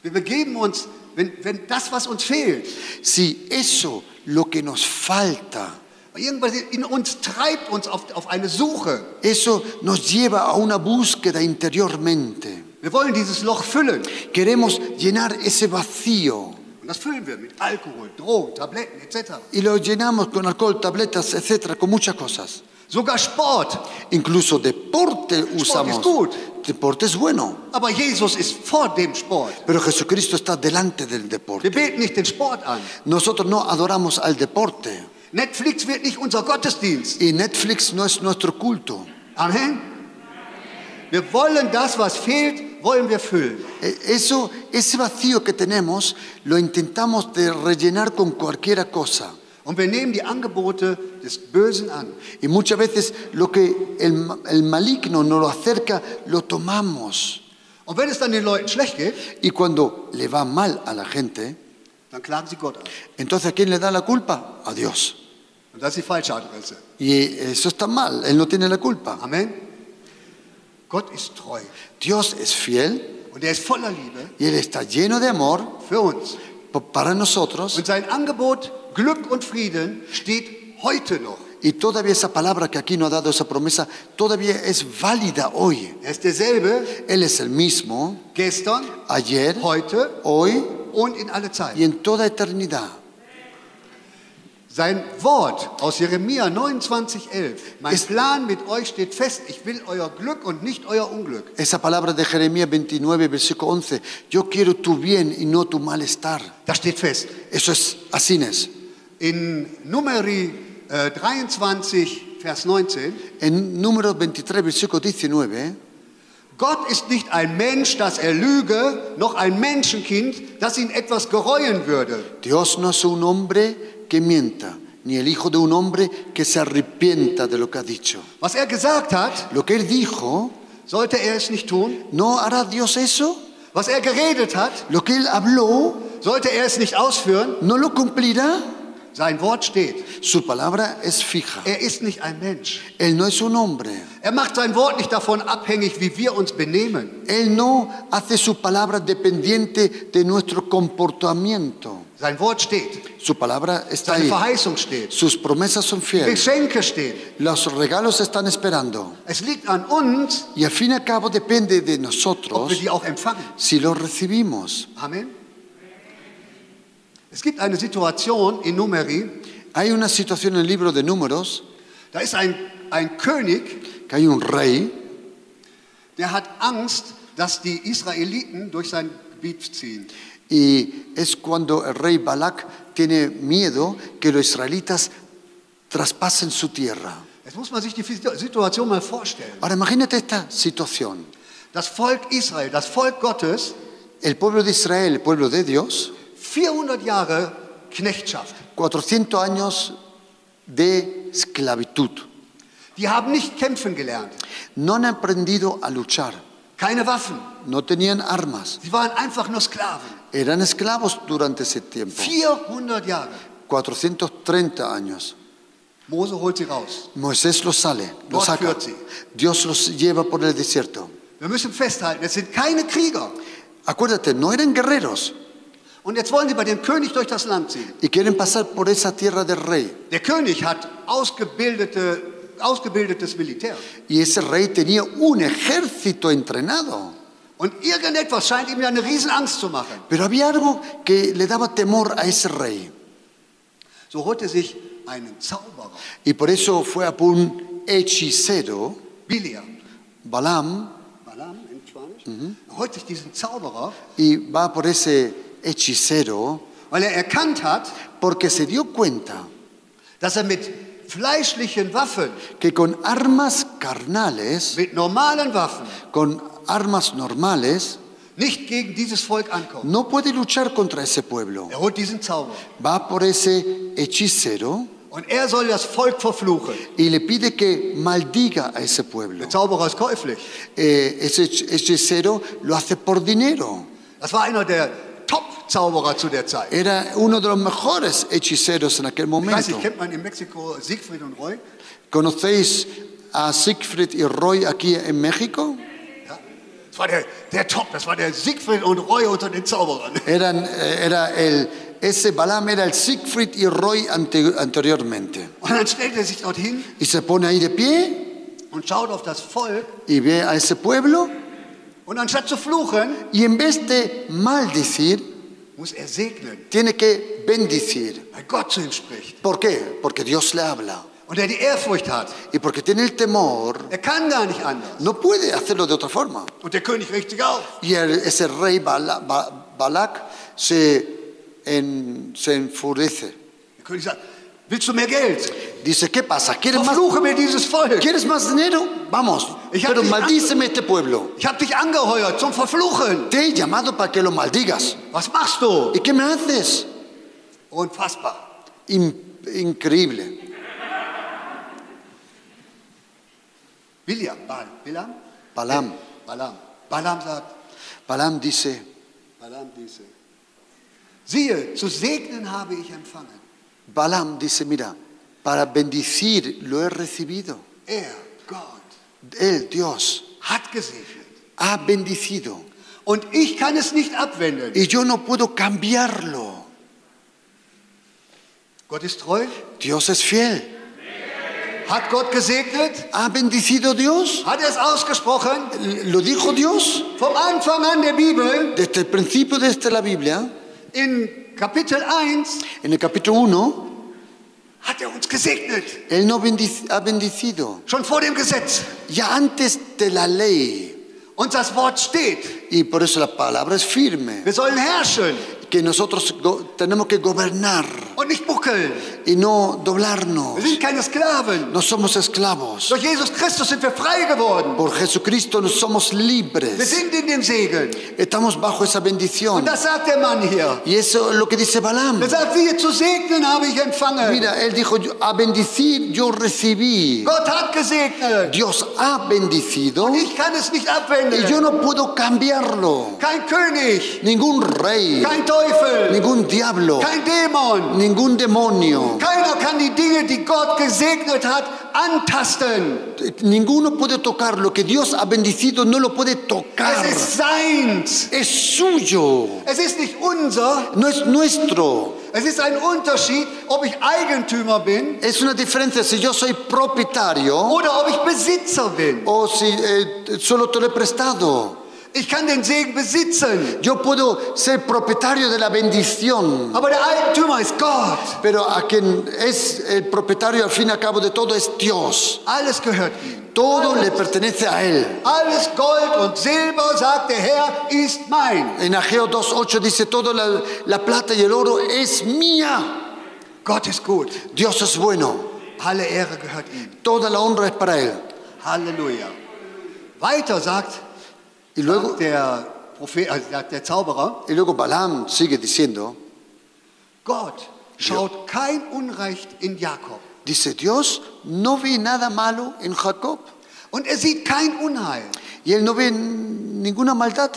[SPEAKER 1] Wir begeben uns, wenn, wenn das, was uns fehlt,
[SPEAKER 2] Si eso lo que nos falta,
[SPEAKER 1] irgendwas in uns treibt uns auf, auf eine Suche.
[SPEAKER 2] eso nos lleva a una búsqueda interiormente.
[SPEAKER 1] Wir wollen dieses Loch füllen.
[SPEAKER 2] Queremos llenar ese vacío
[SPEAKER 1] Und das füllen wir mit Alkohol, Drogen, Tabletten etc.
[SPEAKER 2] y lo llenamos con alcohol, tabletas, etcétera, con muchas cosas.
[SPEAKER 1] Sogar Sport.
[SPEAKER 2] Incluso deporte usamos.
[SPEAKER 1] es good.
[SPEAKER 2] Deporte es bueno,
[SPEAKER 1] Aber Jesus ist vor dem Sport.
[SPEAKER 2] pero Jesucristo está delante del deporte.
[SPEAKER 1] Wir beten nicht den Sport an.
[SPEAKER 2] Nosotros no adoramos al deporte
[SPEAKER 1] Netflix wird nicht unser Gottesdienst.
[SPEAKER 2] y Netflix no es nuestro culto.
[SPEAKER 1] Amen. Wir wollen das, was fehlt, wollen wir füllen.
[SPEAKER 2] E- Eso, ese vacío que tenemos lo intentamos de rellenar con cualquiera cosa.
[SPEAKER 1] Und wir nehmen die Angebote des Bösen an.
[SPEAKER 2] Y muchas veces lo que el, ma- el maligno nos lo acerca, lo tomamos.
[SPEAKER 1] Und wenn es dann den Leuten schlecht geht,
[SPEAKER 2] Y cuando le va mal a la gente,
[SPEAKER 1] dann klagen sie Gott an.
[SPEAKER 2] entonces ¿a quién le da la culpa? A Dios.
[SPEAKER 1] Und das ist die falsche Adresse.
[SPEAKER 2] Y eso está mal, Él no tiene la culpa.
[SPEAKER 1] Amen. Gott ist treu.
[SPEAKER 2] Dios es fiel
[SPEAKER 1] Und er ist voller Liebe
[SPEAKER 2] y Él está lleno de amor
[SPEAKER 1] für uns.
[SPEAKER 2] po- para nosotros.
[SPEAKER 1] Und sein Angebot Glück und Frieden steht heute noch.
[SPEAKER 2] Y todavía esa palabra que aquí nos ha dado, esa promesa, todavía es válida hoy.
[SPEAKER 1] Er ist derselbe
[SPEAKER 2] Él es el mismo
[SPEAKER 1] gestern,
[SPEAKER 2] ayer,
[SPEAKER 1] heute
[SPEAKER 2] hoy
[SPEAKER 1] und in alle
[SPEAKER 2] y
[SPEAKER 1] Zeit.
[SPEAKER 2] en toda eternidad.
[SPEAKER 1] Sein Wort aus Jeremia 29,11. Mein
[SPEAKER 2] Ist-
[SPEAKER 1] Plan mit euch steht fest. Ich will euer Glück und nicht euer Unglück.
[SPEAKER 2] Esa palabra de Jeremías 29, versículo 11, yo quiero tu bien y no tu malestar.
[SPEAKER 1] Das steht fest.
[SPEAKER 2] Eso es, así es.
[SPEAKER 1] In Numeri äh, 23, Vers 19.
[SPEAKER 2] En número 23, versículo 19, ¿eh?
[SPEAKER 1] Gott ist nicht ein Mensch, dass er lüge, noch ein Menschenkind, dass ihn etwas gereuen würde.
[SPEAKER 2] Dios no es un hombre que mienta, ni el hijo de un hombre que se arrepienta de lo que ha dicho.
[SPEAKER 1] Was er gesagt hat,
[SPEAKER 2] Lo que él dijo,
[SPEAKER 1] sollte er es nicht tun.
[SPEAKER 2] ¿no hará Dios eso?
[SPEAKER 1] Was er geredet hat,
[SPEAKER 2] Lo que él habló,
[SPEAKER 1] sollte er es nicht ausführen.
[SPEAKER 2] ¿no lo cumplirá?
[SPEAKER 1] Sein Wort steht.
[SPEAKER 2] Su palabra es fija.
[SPEAKER 1] Er ist nicht ein Mensch.
[SPEAKER 2] Él no es un hombre.
[SPEAKER 1] Er macht sein Wort nicht davon abhängig, wie wir uns benehmen.
[SPEAKER 2] Él no hace su palabra dependiente de nuestro comportamiento.
[SPEAKER 1] Sein Wort steht.
[SPEAKER 2] Su palabra está
[SPEAKER 1] Seine
[SPEAKER 2] ahí.
[SPEAKER 1] Verheißung steht.
[SPEAKER 2] Sus promesas son fieles.
[SPEAKER 1] Geschenke stehen.
[SPEAKER 2] Los regalos están esperando.
[SPEAKER 1] Es liegt an uns,
[SPEAKER 2] Y al fin y al cabo depende de
[SPEAKER 1] ob wir
[SPEAKER 2] nosotros
[SPEAKER 1] die auch empfangen.
[SPEAKER 2] si los recibimos.
[SPEAKER 1] Amen. Es gibt eine Situation in Numeri,
[SPEAKER 2] Hay una situación en el libro de números
[SPEAKER 1] da ist ein, ein König,
[SPEAKER 2] que hay un rey
[SPEAKER 1] der hat Angst, dass die Israeliten durch sein Gebiet ziehen.
[SPEAKER 2] y es cuando el rey Balak tiene miedo que los israelitas traspasen su tierra.
[SPEAKER 1] Jetzt muss man sich die Situation mal vorstellen.
[SPEAKER 2] Ahora imagínate esta situación.
[SPEAKER 1] Das Volk Israel, das Volk Gottes,
[SPEAKER 2] El pueblo de Israel, el pueblo de Dios,
[SPEAKER 1] 400 Jahre Knechtschaft.
[SPEAKER 2] 400 años de esclavitud.
[SPEAKER 1] Die haben nicht kämpfen gelernt.
[SPEAKER 2] No han aprendido a luchar,
[SPEAKER 1] Keine Waffen.
[SPEAKER 2] no tenían armas,
[SPEAKER 1] Sie waren einfach nur Sklaven.
[SPEAKER 2] eran esclavos durante ese tiempo.
[SPEAKER 1] 400 Jahre.
[SPEAKER 2] 430 años.
[SPEAKER 1] Mose holt sie raus.
[SPEAKER 2] Moisés los sale, los
[SPEAKER 1] Gott
[SPEAKER 2] saca.
[SPEAKER 1] führt sie.
[SPEAKER 2] Dios los lleva por el desierto.
[SPEAKER 1] Wir müssen festhalten, es sind keine Krieger.
[SPEAKER 2] Acuérdate, no eran guerreros,
[SPEAKER 1] Und jetzt wollen sie bei dem König durch das Land ziehen.
[SPEAKER 2] Y quieren pasar por esa tierra del rey.
[SPEAKER 1] Der König hat ausgebildete, ausgebildetes Militär.
[SPEAKER 2] Y ese rey tenía un ejército entrenado.
[SPEAKER 1] Und irgendetwas scheint ihm ja eine Riesenangst zu machen.
[SPEAKER 2] Pero había algo que le daba temor a ese rey.
[SPEAKER 1] So holt er sich einen Zauberer,
[SPEAKER 2] Y por eso fue a por un hechicero,
[SPEAKER 1] Bilia,
[SPEAKER 2] Balaam,
[SPEAKER 1] Balaam in Spanisch. Er holt sich diesen Zauberer,
[SPEAKER 2] y va por ese hechicero
[SPEAKER 1] weil er erkannt hat,
[SPEAKER 2] porque se dio cuenta
[SPEAKER 1] dass er mit fleischlichen Waffen,
[SPEAKER 2] que con armas carnales,
[SPEAKER 1] mit normalen Waffen,
[SPEAKER 2] con armas normales,
[SPEAKER 1] nicht gegen dieses Volk ankommt.
[SPEAKER 2] no puede luchar contra ese pueblo.
[SPEAKER 1] Er holt diesen Zauberer
[SPEAKER 2] Va por ese hechicero
[SPEAKER 1] und er soll das Volk verfluchen.
[SPEAKER 2] y le pide que maldiga a ese pueblo.
[SPEAKER 1] Der Zauberer ist käuflich.
[SPEAKER 2] Eh, ese hech- hechicero lo hace por dinero.
[SPEAKER 1] Das war einer der Top-Zauberer zu der Zeit.
[SPEAKER 2] Era uno de los mejores hechiceros en aquel
[SPEAKER 1] Ich weiß
[SPEAKER 2] momento.
[SPEAKER 1] nicht, kennt man in Mexiko Siegfried und Roy?
[SPEAKER 2] ¿Conocéis a Siegfried y Roy aquí en México?
[SPEAKER 1] Ja? Das war der, der Top, das war der Siegfried und Roy unter den Zauberern.
[SPEAKER 2] Eran, eh, era el, ese Balaam era el Siegfried y Roy ante- anteriormente.
[SPEAKER 1] Und dann stellt er sich dorthin
[SPEAKER 2] Y se pone ahí de pie
[SPEAKER 1] und schaut auf das Volk
[SPEAKER 2] y ve a ese pueblo
[SPEAKER 1] und anstatt zu fluchen,
[SPEAKER 2] y en vez de maldecir,
[SPEAKER 1] muss er segnen,
[SPEAKER 2] tiene que bendecir.
[SPEAKER 1] weil Gott zu ihm spricht
[SPEAKER 2] ¿Por qué? Porque Dios le habla
[SPEAKER 1] und er die Ehrfurcht hat.
[SPEAKER 2] y porque tiene el temor.
[SPEAKER 1] Er kann gar nicht anders.
[SPEAKER 2] No puede hacerlo de otra forma.
[SPEAKER 1] Und der König richtet sich auf.
[SPEAKER 2] Y el- ese rey Bala- Ba- Balak se, en- se enfurece.
[SPEAKER 1] Der König sagt, willst du mehr Geld?
[SPEAKER 2] Dice, ¿qué pasa? ¿Quieres más,
[SPEAKER 1] Verfluche mir dieses Volk.
[SPEAKER 2] ¿Quieres más dinero? Vamos,
[SPEAKER 1] Ich hab
[SPEAKER 2] pero
[SPEAKER 1] dich
[SPEAKER 2] maldíceme este pueblo.
[SPEAKER 1] Ich habe dich angeheuert zum Verfluchen.
[SPEAKER 2] Te he llamado para que lo maldigas.
[SPEAKER 1] Was machst du?
[SPEAKER 2] ¿Y qué me haces?
[SPEAKER 1] Unfassbar.
[SPEAKER 2] In- increíble.
[SPEAKER 1] William, Bal, Bilam?
[SPEAKER 2] Balaam.
[SPEAKER 1] Balaam. Balaam sagt,
[SPEAKER 2] Balaam dice,
[SPEAKER 1] Balaam diese. Siehe, zu segnen habe ich empfangen.
[SPEAKER 2] Balaam dice, mira, para bendecir lo he recibido.
[SPEAKER 1] Er, Gott,
[SPEAKER 2] Él, Dios,
[SPEAKER 1] hat gesegnet.
[SPEAKER 2] ha bendecido.
[SPEAKER 1] Und ich kann es nicht abwenden.
[SPEAKER 2] Y yo no puedo cambiarlo.
[SPEAKER 1] Gott ist treu.
[SPEAKER 2] Dios es fiel.
[SPEAKER 1] Hat Gott gesegnet?
[SPEAKER 2] ¿Ha bendecido Dios?
[SPEAKER 1] Hat er es ausgesprochen?
[SPEAKER 2] ¿Lo dijo Dios?
[SPEAKER 1] Vom Anfang an der Bibel,
[SPEAKER 2] Desde el principio de esta la Biblia,
[SPEAKER 1] in Kapitel 1,
[SPEAKER 2] en el capítulo 1,
[SPEAKER 1] hat er uns gesegnet.
[SPEAKER 2] Él no bendic- ha bendecido.
[SPEAKER 1] Schon vor dem Gesetz.
[SPEAKER 2] Ya antes de la ley,
[SPEAKER 1] Und das Wort steht.
[SPEAKER 2] y por eso la palabra es firme,
[SPEAKER 1] Wir sollen herrschen
[SPEAKER 2] que nosotros go- tenemos que gobernar
[SPEAKER 1] und nicht buckeln.
[SPEAKER 2] y no
[SPEAKER 1] Wir
[SPEAKER 2] doblarnos.
[SPEAKER 1] sind keine Sklaven.
[SPEAKER 2] No somos esclavos.
[SPEAKER 1] Durch Jesus Christus sind wir frei geworden.
[SPEAKER 2] Por Jesucristo no somos
[SPEAKER 1] Wir
[SPEAKER 2] libres.
[SPEAKER 1] sind in dem Segen.
[SPEAKER 2] Estamos bajo esa
[SPEAKER 1] Und
[SPEAKER 2] bendición.
[SPEAKER 1] das sagt der Mann hier.
[SPEAKER 2] Y eso es lo que dice Balaam.
[SPEAKER 1] Er sagt, siehe, zu segnen habe ich empfangen.
[SPEAKER 2] Mira, él dijo, "Yo- a bendecir yo recibí.
[SPEAKER 1] Gott hat gesegnet.
[SPEAKER 2] Dios ha bendecido
[SPEAKER 1] Ich kann es nicht
[SPEAKER 2] y yo
[SPEAKER 1] abwenden.
[SPEAKER 2] no puedo cambiarlo.
[SPEAKER 1] Kein König,
[SPEAKER 2] Ningún rey,
[SPEAKER 1] kein Teufel,
[SPEAKER 2] ningún diablo,
[SPEAKER 1] kein Dämon.
[SPEAKER 2] ningún demonio.
[SPEAKER 1] Keiner kann die Dinge, die Gott gesegnet hat, antasten.
[SPEAKER 2] Ninguno puede tocar lo que Dios ha bendecido, no lo puede tocar.
[SPEAKER 1] Es ist seins.
[SPEAKER 2] Es suyo,
[SPEAKER 1] Es ist nicht unser.
[SPEAKER 2] no es nuestro.
[SPEAKER 1] Es ist ein Unterschied, ob ich Eigentümer bin
[SPEAKER 2] Es una diferencia si yo soy propietario
[SPEAKER 1] oder ob ich Besitzer bin.
[SPEAKER 2] o si eh, solo te lo he prestado.
[SPEAKER 1] Ich kann den Segen besitzen,
[SPEAKER 2] Yo puedo ser propietario de la bendición,
[SPEAKER 1] aber der Eigentümer ist Gott.
[SPEAKER 2] pero a quien es el propietario al fin y al cabo de todo es Dios.
[SPEAKER 1] Alles gehört ihm.
[SPEAKER 2] Todo le pertenece a Él.
[SPEAKER 1] Alles Gold und Silber, sagt der Herr, ist mein.
[SPEAKER 2] En Ageo 2.8 dice, toda la, la plata y el oro es mía.
[SPEAKER 1] Gott ist gut.
[SPEAKER 2] Dios es bueno,
[SPEAKER 1] Alle Ehre gehört ihm.
[SPEAKER 2] toda la honra es para Él.
[SPEAKER 1] Halleluja. Weiter sagt,
[SPEAKER 2] Y luego,
[SPEAKER 1] sagt der Prophet, also sagt der Zauberer,
[SPEAKER 2] Y luego Balaam sigue diciendo,
[SPEAKER 1] Gott schaut kein Unrecht in Jakob
[SPEAKER 2] dice, Dios no ve nada malo en Jacob
[SPEAKER 1] und er sieht kein Unheil.
[SPEAKER 2] y él no ve ninguna maldad,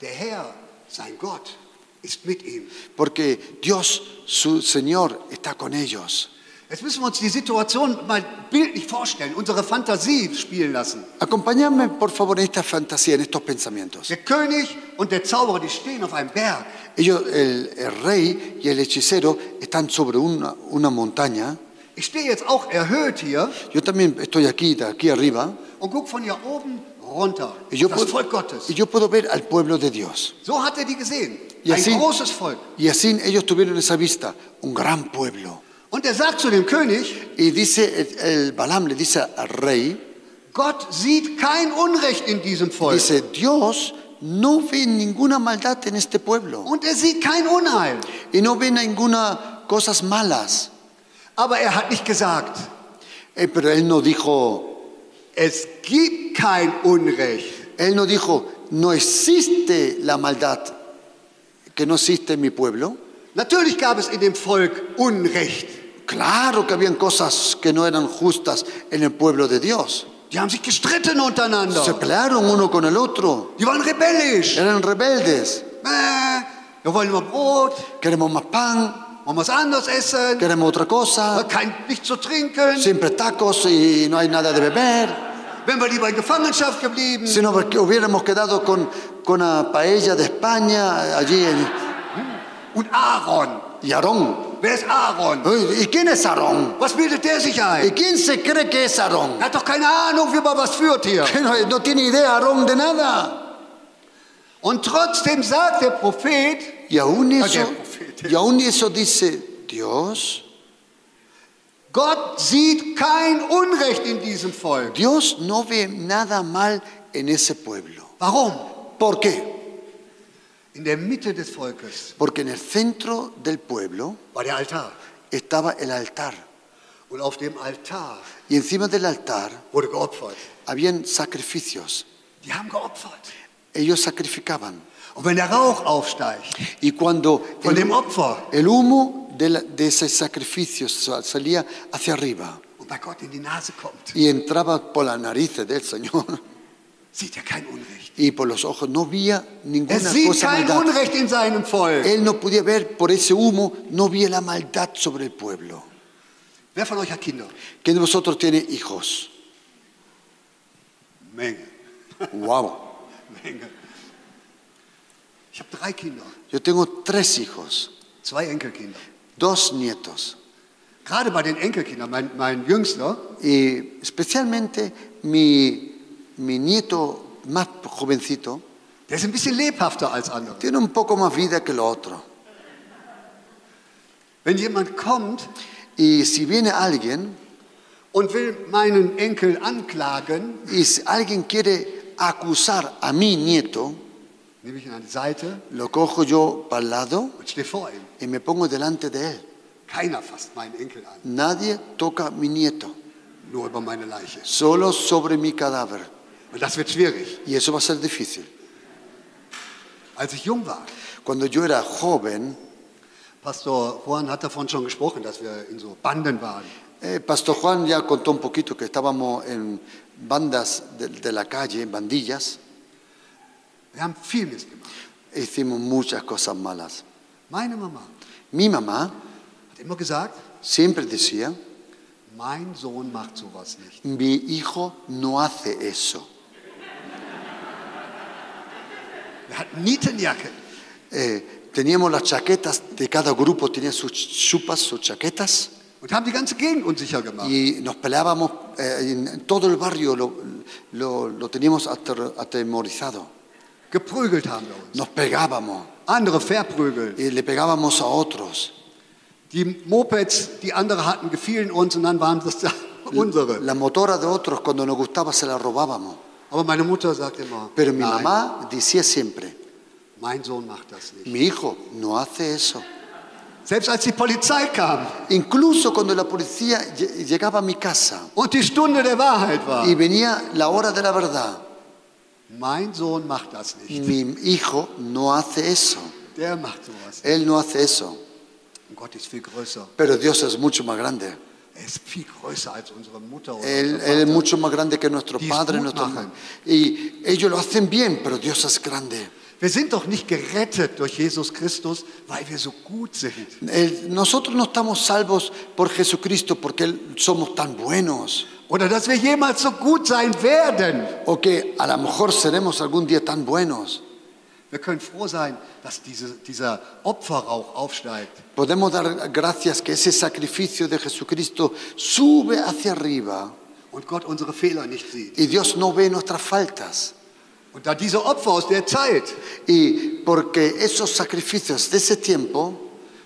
[SPEAKER 1] Der Herr, sein Gott, ist mit ihm.
[SPEAKER 2] porque Dios, su Señor, está con ellos.
[SPEAKER 1] Jetzt müssen wir uns die Situation mal bildlich vorstellen, unsere Fantasie spielen lassen.
[SPEAKER 2] Acompáñame, por favor, en esta fantasía, en estos pensamientos.
[SPEAKER 1] Der König und der Zauberer, die stehen auf einem Berg.
[SPEAKER 2] Ellos, el, el rey y el hechicero, están sobre una, una montaña.
[SPEAKER 1] Ich stehe jetzt auch erhöht hier
[SPEAKER 2] Yo también estoy aquí, de aquí arriba.
[SPEAKER 1] und gucke von hier oben runter.
[SPEAKER 2] Y yo,
[SPEAKER 1] das
[SPEAKER 2] puedo,
[SPEAKER 1] Volk Gottes.
[SPEAKER 2] y yo puedo ver al pueblo de Dios.
[SPEAKER 1] So hat er die gesehen.
[SPEAKER 2] Y
[SPEAKER 1] Ein
[SPEAKER 2] así,
[SPEAKER 1] großes Volk.
[SPEAKER 2] y así ellos tuvieron esa vista, un gran pueblo.
[SPEAKER 1] Und er sagt zu dem König,
[SPEAKER 2] Y dice, el, el Balaam le dice al rey,
[SPEAKER 1] Gott sieht kein Unrecht in diesem Volk.
[SPEAKER 2] dice, Dios no ve ninguna maldad en este pueblo.
[SPEAKER 1] Und er sieht kein Unheil.
[SPEAKER 2] Y no ve ninguna cosas malas.
[SPEAKER 1] Aber er hat nicht gesagt,
[SPEAKER 2] Eh, pero él no dijo,
[SPEAKER 1] es gibt kein Unrecht.
[SPEAKER 2] él no dijo, no existe la maldad que no existe en mi pueblo.
[SPEAKER 1] Natürlich gab es in dem Volk Unrecht.
[SPEAKER 2] Claro que habían cosas que no eran justas en el pueblo de Dios.
[SPEAKER 1] Die haben sich gestritten
[SPEAKER 2] Se
[SPEAKER 1] untereinander.
[SPEAKER 2] pelearon uno con el otro.
[SPEAKER 1] Die waren rebellisch.
[SPEAKER 2] Eran rebeldes.
[SPEAKER 1] Äh, wir wollen nur Brot,
[SPEAKER 2] Queremos más pan,
[SPEAKER 1] wollen was anderes essen,
[SPEAKER 2] queremos otra
[SPEAKER 1] wollen
[SPEAKER 2] cosa.
[SPEAKER 1] kein, nichts zu trinken.
[SPEAKER 2] Siempre tacos y no hay nada de beber.
[SPEAKER 1] Wenn wir lieber in Gefangenschaft geblieben,
[SPEAKER 2] Si no porque hubiéramos quedado con, con una paella de España eh, allí en,
[SPEAKER 1] Und Aaron.
[SPEAKER 2] y Aarón.
[SPEAKER 1] Wer ist Aaron?
[SPEAKER 2] Uy, ¿Y quién es Aarón?
[SPEAKER 1] Was bildet der sich ein?
[SPEAKER 2] ¿Y quién se cree que es Aarón?
[SPEAKER 1] Er hat doch keine Ahnung, wie man was führt hier.
[SPEAKER 2] Que no, no tiene idea Aarón de nada.
[SPEAKER 1] Und trotzdem sagt der Prophet,
[SPEAKER 2] Y aún eso,
[SPEAKER 1] profeta.
[SPEAKER 2] y aún eso dice Dios.
[SPEAKER 1] Gott sieht kein Unrecht in diesem Volk.
[SPEAKER 2] Dios no ve nada mal en ese pueblo.
[SPEAKER 1] Warum?
[SPEAKER 2] ¿Por qué?
[SPEAKER 1] In der Mitte des Volkes
[SPEAKER 2] Porque en el centro del pueblo
[SPEAKER 1] war der Altar.
[SPEAKER 2] estaba el altar.
[SPEAKER 1] Und auf dem Altar
[SPEAKER 2] Y encima del altar
[SPEAKER 1] wurde geopfert.
[SPEAKER 2] habían sacrificios.
[SPEAKER 1] Die haben geopfert.
[SPEAKER 2] Ellos sacrificaban.
[SPEAKER 1] Und wenn der Rauch aufsteigt
[SPEAKER 2] Y cuando
[SPEAKER 1] von dem
[SPEAKER 2] el,
[SPEAKER 1] Opfer
[SPEAKER 2] el humo de, la- de ese sacrificio sal- salía hacia arriba
[SPEAKER 1] und bei Gott in die Nase kommt,
[SPEAKER 2] y entraba por las narices del Señor [LAUGHS]
[SPEAKER 1] sieht er kein Unrecht.
[SPEAKER 2] y por los ojos, no había
[SPEAKER 1] Er
[SPEAKER 2] ninguna
[SPEAKER 1] sieht
[SPEAKER 2] cosa
[SPEAKER 1] kein
[SPEAKER 2] maldad.
[SPEAKER 1] Unrecht in seinem Volk.
[SPEAKER 2] Él no podía ver por ese humo, no veía la maldad sobre el pueblo.
[SPEAKER 1] Wer von euch hat Kinder?
[SPEAKER 2] ¿Quién de vosotros tiene hijos?
[SPEAKER 1] Menge.
[SPEAKER 2] ¡Wow!
[SPEAKER 1] Menge. Ich habe drei Kinder,
[SPEAKER 2] Yo tengo tres hijos,
[SPEAKER 1] zwei Enkelkinder.
[SPEAKER 2] dos nietos.
[SPEAKER 1] Gerade bei den Enkelkindern, mein, mein Jüngster,
[SPEAKER 2] Y especialmente mi, mi nieto más jovencito
[SPEAKER 1] der ist ein bisschen lebhafter als andere.
[SPEAKER 2] tiene un poco más vida que el otro.
[SPEAKER 1] Wenn jemand kommt
[SPEAKER 2] Y si viene alguien
[SPEAKER 1] und will meinen Enkel anklagen,
[SPEAKER 2] y si alguien quiere acusar a mi nieto,
[SPEAKER 1] nehme ich ihn an die Seite
[SPEAKER 2] lo cojo yo para el lado
[SPEAKER 1] und stehe vor ihm.
[SPEAKER 2] y me pongo delante de él.
[SPEAKER 1] Keiner fasst meinen Enkel an,
[SPEAKER 2] Nadie toca a mi nieto,
[SPEAKER 1] nur über meine Leiche.
[SPEAKER 2] solo sobre mi cadáver.
[SPEAKER 1] Und das wird schwierig.
[SPEAKER 2] Y eso va a ser difícil.
[SPEAKER 1] Als ich jung war,
[SPEAKER 2] Cuando yo era joven,
[SPEAKER 1] Pastor Juan hat davon schon gesprochen, dass wir in so Banden waren.
[SPEAKER 2] Eh, Pastor Juan ya contó un poquito que estábamos en bandas de, de la calle, en bandillas,
[SPEAKER 1] Wir haben viel Mist gemacht.
[SPEAKER 2] e hicimos muchas cosas malas.
[SPEAKER 1] Meine Mama
[SPEAKER 2] Mi mamá
[SPEAKER 1] hat immer gesagt,
[SPEAKER 2] siempre decía,
[SPEAKER 1] mein Sohn macht sowas nicht.
[SPEAKER 2] mi hijo no hace eso.
[SPEAKER 1] Er hat Nietenjacke.
[SPEAKER 2] Eh, teníamos las chaquetas, de cada grupo tenía sus chupas, sus chaquetas,
[SPEAKER 1] und haben die ganze Gegend unsicher gemacht.
[SPEAKER 2] y nos peleábamos, eh, en en todo el barrio lo, lo- lo teníamos ater- atemorizado.
[SPEAKER 1] Geprügelt haben wir uns.
[SPEAKER 2] Nos pegábamos,
[SPEAKER 1] Andere verprügelt.
[SPEAKER 2] y le pegábamos a otros.
[SPEAKER 1] Die Mopeds, die andere hatten, gefielen uns und dann waren das [LAUGHS] da unsere.
[SPEAKER 2] La motora de otros cuando nos gustaba se la robábamos.
[SPEAKER 1] Aber meine Mutter sagt immer,
[SPEAKER 2] Pero mi
[SPEAKER 1] nein,
[SPEAKER 2] mamá decía siempre,
[SPEAKER 1] mein Sohn macht das nicht.
[SPEAKER 2] mi hijo no hace eso.
[SPEAKER 1] Selbst als die Polizei kam
[SPEAKER 2] Ah. Incluso cuando la policía lle- llegaba a mi casa
[SPEAKER 1] und die Stunde der Wahrheit war,
[SPEAKER 2] y venía la hora de la verdad,
[SPEAKER 1] mein Sohn macht das nicht.
[SPEAKER 2] mi hijo no hace eso.
[SPEAKER 1] Der macht sowas.
[SPEAKER 2] Él no hace eso.
[SPEAKER 1] Und Gott ist viel größer.
[SPEAKER 2] Pero Dios es mucho más grande.
[SPEAKER 1] Er ist viel größer als unsere Mutter. Oder
[SPEAKER 2] Él,
[SPEAKER 1] unser
[SPEAKER 2] él es
[SPEAKER 1] Vater.
[SPEAKER 2] mucho más grande que nuestro
[SPEAKER 1] Dios
[SPEAKER 2] padre,
[SPEAKER 1] es
[SPEAKER 2] nuestro
[SPEAKER 1] mucho más
[SPEAKER 2] Y ellos lo hacen bien, pero Dios es grande.
[SPEAKER 1] Wir sind doch nicht gerettet durch Jesus Christus, weil wir so gut sind.
[SPEAKER 2] El- nosotros no estamos salvos por Jesucristo porque Él- somos tan buenos
[SPEAKER 1] Oder dass wir jemals so gut sein werden.
[SPEAKER 2] o que a lo mejor seremos algún día tan buenos.
[SPEAKER 1] Wir können froh sein, dass diese, dieser Opferrauch aufsteigt.
[SPEAKER 2] Podemos dar gracias que ese sacrificio de Jesucristo sube hacia arriba
[SPEAKER 1] und Gott unsere Fehler nicht sieht.
[SPEAKER 2] y Dios no ve nuestras faltas.
[SPEAKER 1] Und da diese Opfer aus der Zeit
[SPEAKER 2] Y porque esos sacrificios de ese tiempo,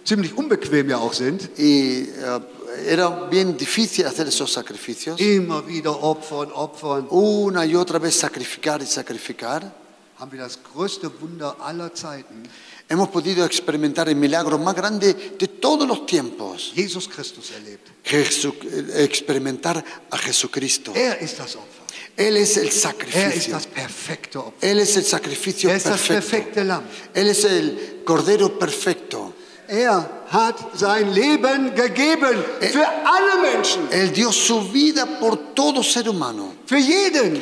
[SPEAKER 1] ziemlich unbequem ja auch sind,
[SPEAKER 2] y eh, era bien difícil hacer esos sacrificios,
[SPEAKER 1] immer wieder opfern, opfern,
[SPEAKER 2] una y otra vez sacrificar y sacrificar,
[SPEAKER 1] haben wir das größte Wunder aller Zeiten,
[SPEAKER 2] hemos podido experimentar el milagro más grande de todos los tiempos,
[SPEAKER 1] Jesus Christus erlebt.
[SPEAKER 2] Jesu- eh, experimentar a Jesucristo.
[SPEAKER 1] Er ist das Opfer.
[SPEAKER 2] Él es el
[SPEAKER 1] Er ist
[SPEAKER 2] sacrificio.
[SPEAKER 1] das perfekte Opfer.
[SPEAKER 2] Él es el sacrificio
[SPEAKER 1] Er ist das
[SPEAKER 2] perfecto.
[SPEAKER 1] perfekte Lamm.
[SPEAKER 2] Él es el Cordero perfecto.
[SPEAKER 1] Er hat sein Leben gegeben für alle Menschen,
[SPEAKER 2] Él dio su vida por todo ser humano,
[SPEAKER 1] für jeden.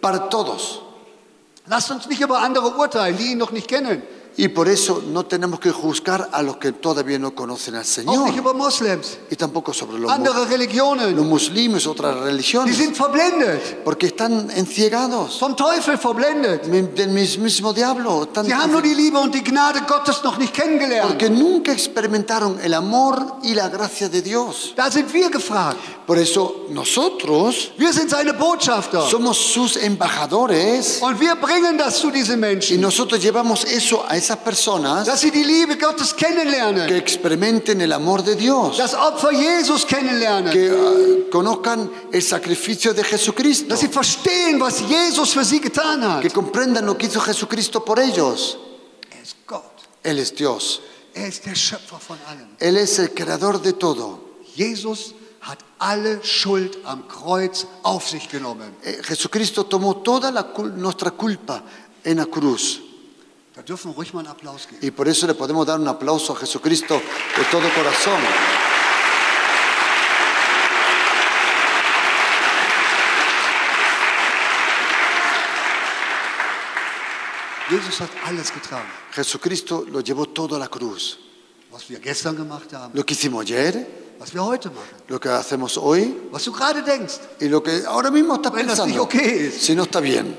[SPEAKER 2] para todos.
[SPEAKER 1] Lasst uns nicht über andere urteilen, die ihn noch nicht kennen.
[SPEAKER 2] Y por eso no tenemos que juzgar a los que todavía no conocen al
[SPEAKER 1] Auch nicht
[SPEAKER 2] Señor.
[SPEAKER 1] über Moslems,
[SPEAKER 2] Y tampoco sobre los, mu-
[SPEAKER 1] andere
[SPEAKER 2] los
[SPEAKER 1] Religionen.
[SPEAKER 2] muslimes, otras
[SPEAKER 1] Die
[SPEAKER 2] religiones,
[SPEAKER 1] sind verblendet,
[SPEAKER 2] porque están enciegados.
[SPEAKER 1] vom Teufel verblendet.
[SPEAKER 2] Mi- Del mis- mismo diablo. están-
[SPEAKER 1] Sie haben nur die Liebe und die Gnade Gottes noch nicht kennengelernt.
[SPEAKER 2] porque nunca experimentaron el amor y la gracia de Dios.
[SPEAKER 1] Da sind wir gefragt.
[SPEAKER 2] Por eso nosotros
[SPEAKER 1] Wir sind seine Botschafter.
[SPEAKER 2] somos sus embajadores
[SPEAKER 1] Und wir bringen das zu diesen
[SPEAKER 2] y
[SPEAKER 1] Menschen,
[SPEAKER 2] nosotros llevamos eso a esas personas
[SPEAKER 1] dass sie die Liebe Gottes
[SPEAKER 2] que
[SPEAKER 1] kennenlernen,
[SPEAKER 2] experimenten el amor de Dios,
[SPEAKER 1] das Opfer Jesus kennenlernen,
[SPEAKER 2] que ah, conozcan el sacrificio de Jesucristo,
[SPEAKER 1] dass sie verstehen, was Jesus für sie getan
[SPEAKER 2] que
[SPEAKER 1] hat.
[SPEAKER 2] comprendan lo que hizo Jesucristo por ellos.
[SPEAKER 1] Er ist Gott.
[SPEAKER 2] Él es Dios,
[SPEAKER 1] Er ist der Schöpfer von allem.
[SPEAKER 2] Él es el creador de todo.
[SPEAKER 1] Jesus hat alle Schuld am Kreuz auf sich genommen.
[SPEAKER 2] Eh, Jesucristo tomó toda la cul- nuestra culpa en la cruz
[SPEAKER 1] Da dürfen wir ruhig mal einen Applaus geben.
[SPEAKER 2] y por eso le podemos dar un aplauso a Jesucristo de todo corazón.
[SPEAKER 1] Jesus hat alles getragen,
[SPEAKER 2] Jesucristo lo llevó todo a la cruz.
[SPEAKER 1] was wir gestern gemacht haben,
[SPEAKER 2] Lo que hicimos ayer,
[SPEAKER 1] was wir heute machen,
[SPEAKER 2] lo que hacemos hoy
[SPEAKER 1] was du gerade denkst.
[SPEAKER 2] y lo que ahora mismo estás
[SPEAKER 1] Bueno, sí,
[SPEAKER 2] pensando.
[SPEAKER 1] ok.
[SPEAKER 2] Si no está bien.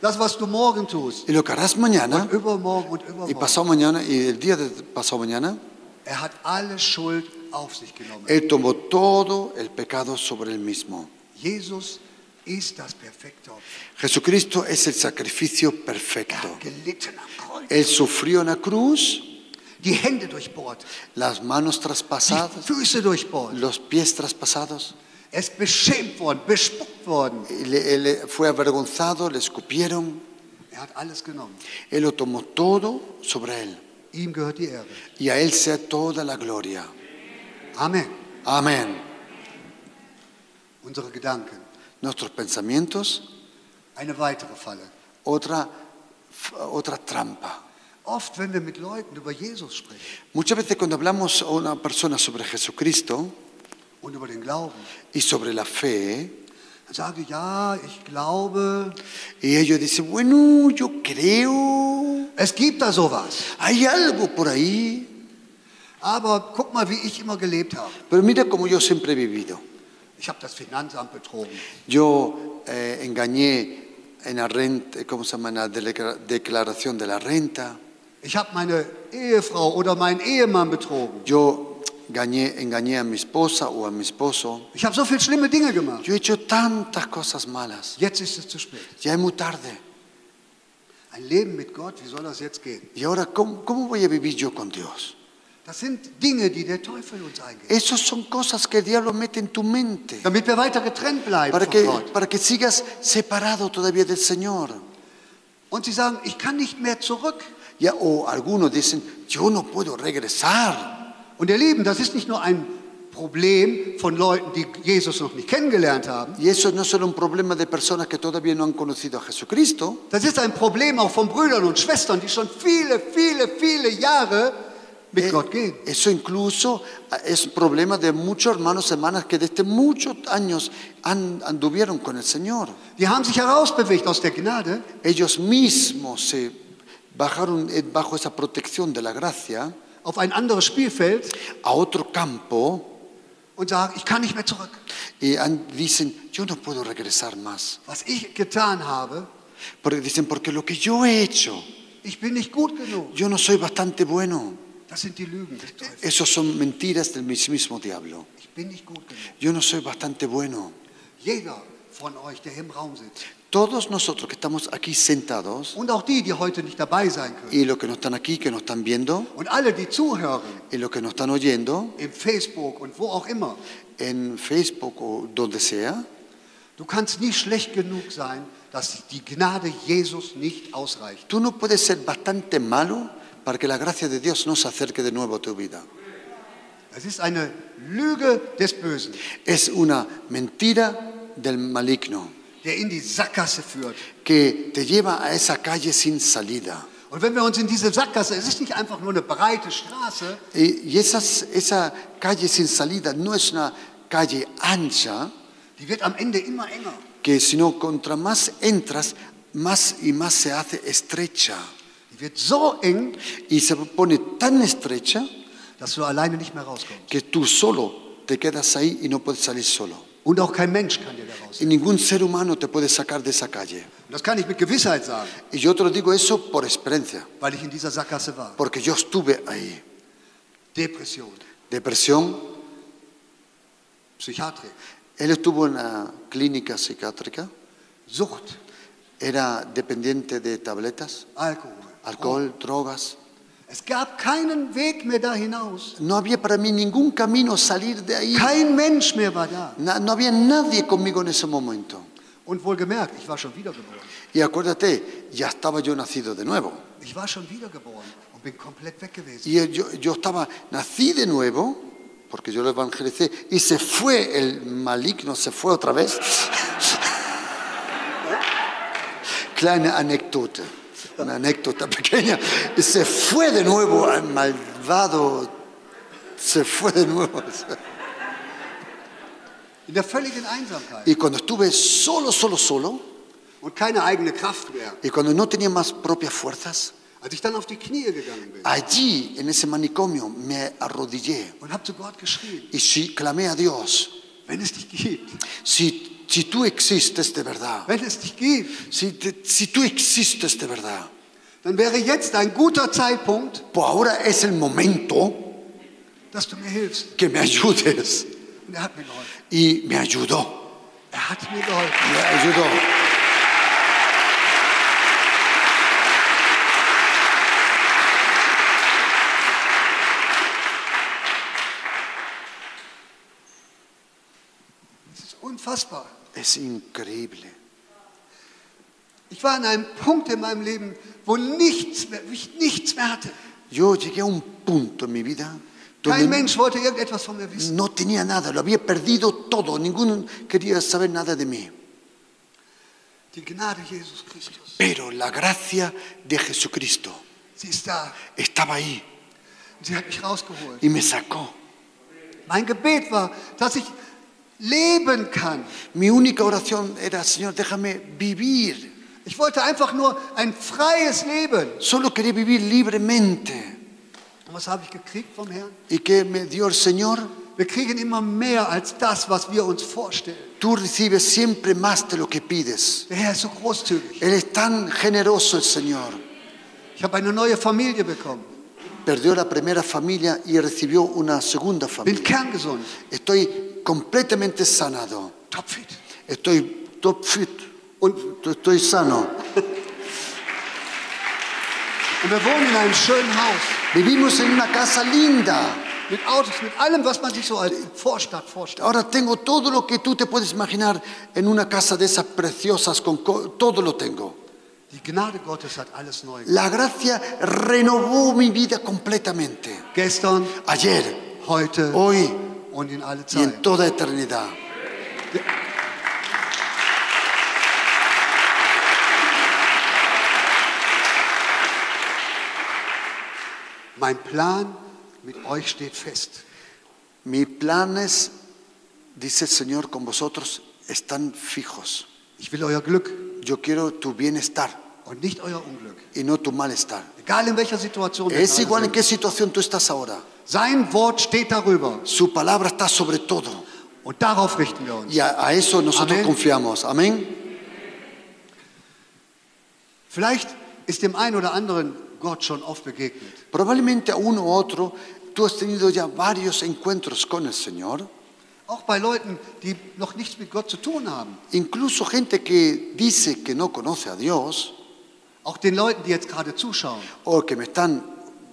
[SPEAKER 1] Das, was du morgen tust,
[SPEAKER 2] Y lo que harás mañana
[SPEAKER 1] übermorgen und
[SPEAKER 2] y
[SPEAKER 1] übermorgen.
[SPEAKER 2] pasado mañana y el día de pasado mañana,
[SPEAKER 1] Er hat alle Schuld auf sich genommen.
[SPEAKER 2] Él tomó todo el pecado sobre Él mismo.
[SPEAKER 1] Jesus ist das perfekte Opfer.
[SPEAKER 2] Jesucristo es el sacrificio
[SPEAKER 1] Er
[SPEAKER 2] perfecto.
[SPEAKER 1] hat gelitten am Kreuz.
[SPEAKER 2] Él sufrió en la cruz,
[SPEAKER 1] Die Hände durchbohrt,
[SPEAKER 2] las manos
[SPEAKER 1] die
[SPEAKER 2] traspasadas,
[SPEAKER 1] Füße durchbohrt.
[SPEAKER 2] los pies traspasados.
[SPEAKER 1] Er ist beschämt worden, bespuckt worden.
[SPEAKER 2] Él, él fue avergonzado, le escupieron.
[SPEAKER 1] Er hat alles genommen.
[SPEAKER 2] Él lo tomó todo sobre Él.
[SPEAKER 1] Ihm gehört die Ehre.
[SPEAKER 2] Y a Él sea toda la gloria.
[SPEAKER 1] Amen.
[SPEAKER 2] Amén.
[SPEAKER 1] Unsere Gedanken.
[SPEAKER 2] Nuestros pensamientos,
[SPEAKER 1] Eine weitere Falle.
[SPEAKER 2] otra, otra trampa.
[SPEAKER 1] Oft, wenn wir mit Leuten über Jesus sprechen
[SPEAKER 2] Muchas veces cuando hablamos a una persona sobre Jesucristo
[SPEAKER 1] und über den Glauben,
[SPEAKER 2] y sobre la fe,
[SPEAKER 1] dann sagen die, ja, ich glaube,
[SPEAKER 2] y ellos dicen, bueno, yo creo,
[SPEAKER 1] es gibt da sowas.
[SPEAKER 2] hay algo por ahí,
[SPEAKER 1] Aber guck mal, wie ich immer gelebt habe.
[SPEAKER 2] pero mira cómo yo siempre he vivido.
[SPEAKER 1] Ich habe das Finanzamt betrogen.
[SPEAKER 2] Yo eh, engañé en la renta, ¿cómo se llama? En la delegra- declaración de la renta.
[SPEAKER 1] Ich habe meine Ehefrau oder meinen Ehemann betrogen.
[SPEAKER 2] Yo engañé, engañé a mi esposa o a mi esposo.
[SPEAKER 1] Ich habe so viele schlimme Dinge gemacht.
[SPEAKER 2] Yo he hecho tantas cosas malas.
[SPEAKER 1] Jetzt ist es zu spät.
[SPEAKER 2] Ya es muy tarde.
[SPEAKER 1] Ein Leben mit Gott, wie soll das jetzt gehen?
[SPEAKER 2] ¿Y ahora cómo, cómo voy a vivir yo con Dios?
[SPEAKER 1] Das sind Dinge, die der Teufel uns eingeht.
[SPEAKER 2] Esas son cosas que el diablo mete en tu mente
[SPEAKER 1] Damit wir weiter getrennt bleiben
[SPEAKER 2] para
[SPEAKER 1] von
[SPEAKER 2] que,
[SPEAKER 1] Gott.
[SPEAKER 2] para que sigas separado todavía del Señor.
[SPEAKER 1] Und sie sagen, ich kann nicht mehr zurück.
[SPEAKER 2] Ya, o algunos dicen, yo no puedo regresar.
[SPEAKER 1] Und ihr Lieben, das ist nicht nur ein Problem von Leuten, die Jesus noch nicht kennengelernt haben.
[SPEAKER 2] Y eso no es solo un problema de personas que todavía no han conocido a Jesucristo, ¿eh?
[SPEAKER 1] Das ist ein Problem auch von Brüdern und Schwestern, die schon viele, viele, viele Jahre mit
[SPEAKER 2] Eh,
[SPEAKER 1] Gott gehen.
[SPEAKER 2] Eso incluso ah, es un problema de muchos hermanos, hermanas que desde muchos años an- anduvieron con el Señor.
[SPEAKER 1] Die haben sich herausbewegt aus der Gnade
[SPEAKER 2] Ellos mismos se bajaron eh, bajo esa protección de la gracia
[SPEAKER 1] auf ein anderes Spielfeld
[SPEAKER 2] a otro campo
[SPEAKER 1] und sagen, ich kann nicht mehr zurück.
[SPEAKER 2] y han- dicen, yo no puedo regresar más.
[SPEAKER 1] Was ich getan habe,
[SPEAKER 2] Porque dicen, porque lo que yo he hecho,
[SPEAKER 1] ich bin nicht gut genug.
[SPEAKER 2] yo no soy bastante bueno.
[SPEAKER 1] Das sind die Lügen des Teufels.
[SPEAKER 2] Esos son mentiras del mismo diablo.
[SPEAKER 1] Ich bin nicht gut genug.
[SPEAKER 2] Yo no soy bastante bueno.
[SPEAKER 1] Jeder von euch, der hier im Raum sitzt
[SPEAKER 2] Todos nosotros que estamos aquí sentados
[SPEAKER 1] und auch die, die heute nicht dabei sein können
[SPEAKER 2] y los que no están aquí, que nos están viendo
[SPEAKER 1] und alle, die zuhören,
[SPEAKER 2] y los que nos están oyendo
[SPEAKER 1] im Facebook und wo auch immer,
[SPEAKER 2] en Facebook o donde sea,
[SPEAKER 1] du kannst nie schlecht genug sein, dass die Gnade Jesus nicht ausreicht.
[SPEAKER 2] tú no puedes ser bastante malo para que la gracia de Dios no se acerque de nuevo a tu vida.
[SPEAKER 1] Es ist eine Lüge des Bösen,
[SPEAKER 2] Es una mentira del maligno
[SPEAKER 1] der in die Sackgasse führt.
[SPEAKER 2] que te lleva a esa calle sin salida.
[SPEAKER 1] Und wenn wir uns in diese Sackgasse, es ist nicht einfach nur eine breite Straße,
[SPEAKER 2] Y, y esas- esa calle sin salida no es una calle ancha,
[SPEAKER 1] die wird am Ende immer enger.
[SPEAKER 2] que sino contra más entras, más y más se hace estrecha.
[SPEAKER 1] Die wird so eng,
[SPEAKER 2] Y se pone tan estrecha
[SPEAKER 1] dass du alleine nicht mehr rauskommst.
[SPEAKER 2] que tú solo te quedas ahí y no puedes salir solo.
[SPEAKER 1] Und auch kein Mensch kann dir da raus.
[SPEAKER 2] Y ningún ser humano te puede sacar de esa calle.
[SPEAKER 1] Das kann ich mit Gewissheit sagen,
[SPEAKER 2] Y yo te lo digo eso por experiencia,
[SPEAKER 1] weil ich in dieser Sackgasse war.
[SPEAKER 2] porque yo estuve ahí.
[SPEAKER 1] Depression,
[SPEAKER 2] Depresión,
[SPEAKER 1] Psychiatrie,
[SPEAKER 2] él estuvo en una clínica psiquiátrica,
[SPEAKER 1] Sucht,
[SPEAKER 2] era dependiente de tabletas,
[SPEAKER 1] Alkohol.
[SPEAKER 2] alcohol, drogas.
[SPEAKER 1] Es gab keinen Weg mehr da hinaus.
[SPEAKER 2] No había para mí ningún camino salir de ahí.
[SPEAKER 1] Kein Mensch mehr war da.
[SPEAKER 2] Na- no había nadie conmigo en ese momento.
[SPEAKER 1] Und wohlgemerkt, ich war schon wiedergeboren.
[SPEAKER 2] Y acuérdate, ya estaba yo nacido de nuevo.
[SPEAKER 1] Ich war schon wiedergeboren und bin komplett weg gewesen.
[SPEAKER 2] Y yo, yo estaba, nací de nuevo, porque yo lo evangelicé, y se fue el maligno, se fue otra vez. [LAUGHS] Kleine anécdota, una anécdota pequeña. Y se fue de nuevo al malvado, se fue de nuevo.
[SPEAKER 1] In der völligen Einsamkeit
[SPEAKER 2] Y cuando estuve solo, solo, solo,
[SPEAKER 1] und keine eigene Kraft mehr.
[SPEAKER 2] y cuando no tenía más propias fuerzas,
[SPEAKER 1] Als ich dann auf die Knie gegangen bin
[SPEAKER 2] allí, en ese manicomio, me arrodillé
[SPEAKER 1] und habe zu Gott geschrien,
[SPEAKER 2] y sí, clamé a Dios.
[SPEAKER 1] wenn es dich gibt,
[SPEAKER 2] Si, si tú existes de verdad,
[SPEAKER 1] wenn es dich gibt,
[SPEAKER 2] si, te- si tú existes de verdad,
[SPEAKER 1] dann wäre jetzt ein guter Zeitpunkt,
[SPEAKER 2] pues ahora es el momento
[SPEAKER 1] dass du mir hilfst.
[SPEAKER 2] que me [LAUGHS] ayudes.
[SPEAKER 1] Und er hat mir geholfen.
[SPEAKER 2] Y me ayudó,
[SPEAKER 1] Er hat mir geholfen.
[SPEAKER 2] me ayudó.
[SPEAKER 1] Es ist unfassbar.
[SPEAKER 2] Es increíble.
[SPEAKER 1] Ich war an einem Punkt in meinem Leben, wo nichts mehr, ich nichts mehr hatte.
[SPEAKER 2] Yo llegué a un punto en mi vida
[SPEAKER 1] Kein
[SPEAKER 2] donde
[SPEAKER 1] Mensch wollte irgendetwas von mir wissen.
[SPEAKER 2] no tenía nada, lo había perdido todo, ninguno quería saber nada de mí.
[SPEAKER 1] Die Gnade Jesus Christus,
[SPEAKER 2] Pero la gracia de Jesucristo
[SPEAKER 1] sie ist da.
[SPEAKER 2] estaba ahí
[SPEAKER 1] Und sie hat mich rausgeholt.
[SPEAKER 2] y me sacó.
[SPEAKER 1] Mein Gebet war, dass ich leben kann.
[SPEAKER 2] Mi única oración era, Señor, déjame vivir.
[SPEAKER 1] Ich wollte einfach nur ein freies Leben.
[SPEAKER 2] Solo quería vivir libremente.
[SPEAKER 1] Und was habe ich gekriegt vom Herrn?
[SPEAKER 2] ¿Y qué me dio el Señor?
[SPEAKER 1] Wir kriegen immer mehr als das, was wir uns vorstellen.
[SPEAKER 2] Tú recibes siempre más de lo que pides.
[SPEAKER 1] Der Herr ist so großzügig.
[SPEAKER 2] Él es tan generoso el Señor.
[SPEAKER 1] Ich habe eine neue Familie bekommen.
[SPEAKER 2] Perdió la primera familia y recibió una segunda
[SPEAKER 1] Bin
[SPEAKER 2] familia.
[SPEAKER 1] kerngesund.
[SPEAKER 2] Estoy completamente sanado.
[SPEAKER 1] Topfit.
[SPEAKER 2] Estoy top fit. Estoy sano.
[SPEAKER 1] Und wir wohnen in einem schönen Haus.
[SPEAKER 2] Vivimos en una casa linda.
[SPEAKER 1] Mit Autos, mit allem, was man sich so als Vorstadt vorstellt.
[SPEAKER 2] Ahora tengo todo lo que tú te puedes imaginar en una casa de esas preciosas. Con co- todo lo tengo.
[SPEAKER 1] Die Gnade Gottes hat alles neu gemacht.
[SPEAKER 2] La gracia renovó mi vida completamente.
[SPEAKER 1] Gestern,
[SPEAKER 2] Ayer,
[SPEAKER 1] heute
[SPEAKER 2] hoy
[SPEAKER 1] und in alle
[SPEAKER 2] y en
[SPEAKER 1] Zeit.
[SPEAKER 2] toda eternidad.
[SPEAKER 1] Mein Plan mit euch steht fest.
[SPEAKER 2] Mis planes, dice el Señor, con vosotros están fijos.
[SPEAKER 1] Ich will euer Glück.
[SPEAKER 2] Yo quiero tu bienestar
[SPEAKER 1] und nicht euer Unglück.
[SPEAKER 2] y no tu malestar.
[SPEAKER 1] Egal in welcher Situation. wir
[SPEAKER 2] Es
[SPEAKER 1] gerade
[SPEAKER 2] igual en
[SPEAKER 1] sind.
[SPEAKER 2] qué situación tú estás ahora.
[SPEAKER 1] Sein Wort steht darüber
[SPEAKER 2] Su palabra está sobre todo.
[SPEAKER 1] und darauf richten wir uns.
[SPEAKER 2] Y a, a eso nosotros
[SPEAKER 1] Amén.
[SPEAKER 2] confiamos. Amén.
[SPEAKER 1] Vielleicht ist dem einen oder anderen Gott schon oft begegnet.
[SPEAKER 2] Probablemente a uno u otro tú has tenido ya varios encuentros con el Señor.
[SPEAKER 1] Auch bei Leuten, die noch nichts mit Gott zu tun haben.
[SPEAKER 2] Incluso gente que dice que no conoce a Dios
[SPEAKER 1] Auch den Leuten, die jetzt gerade zuschauen.
[SPEAKER 2] o que me están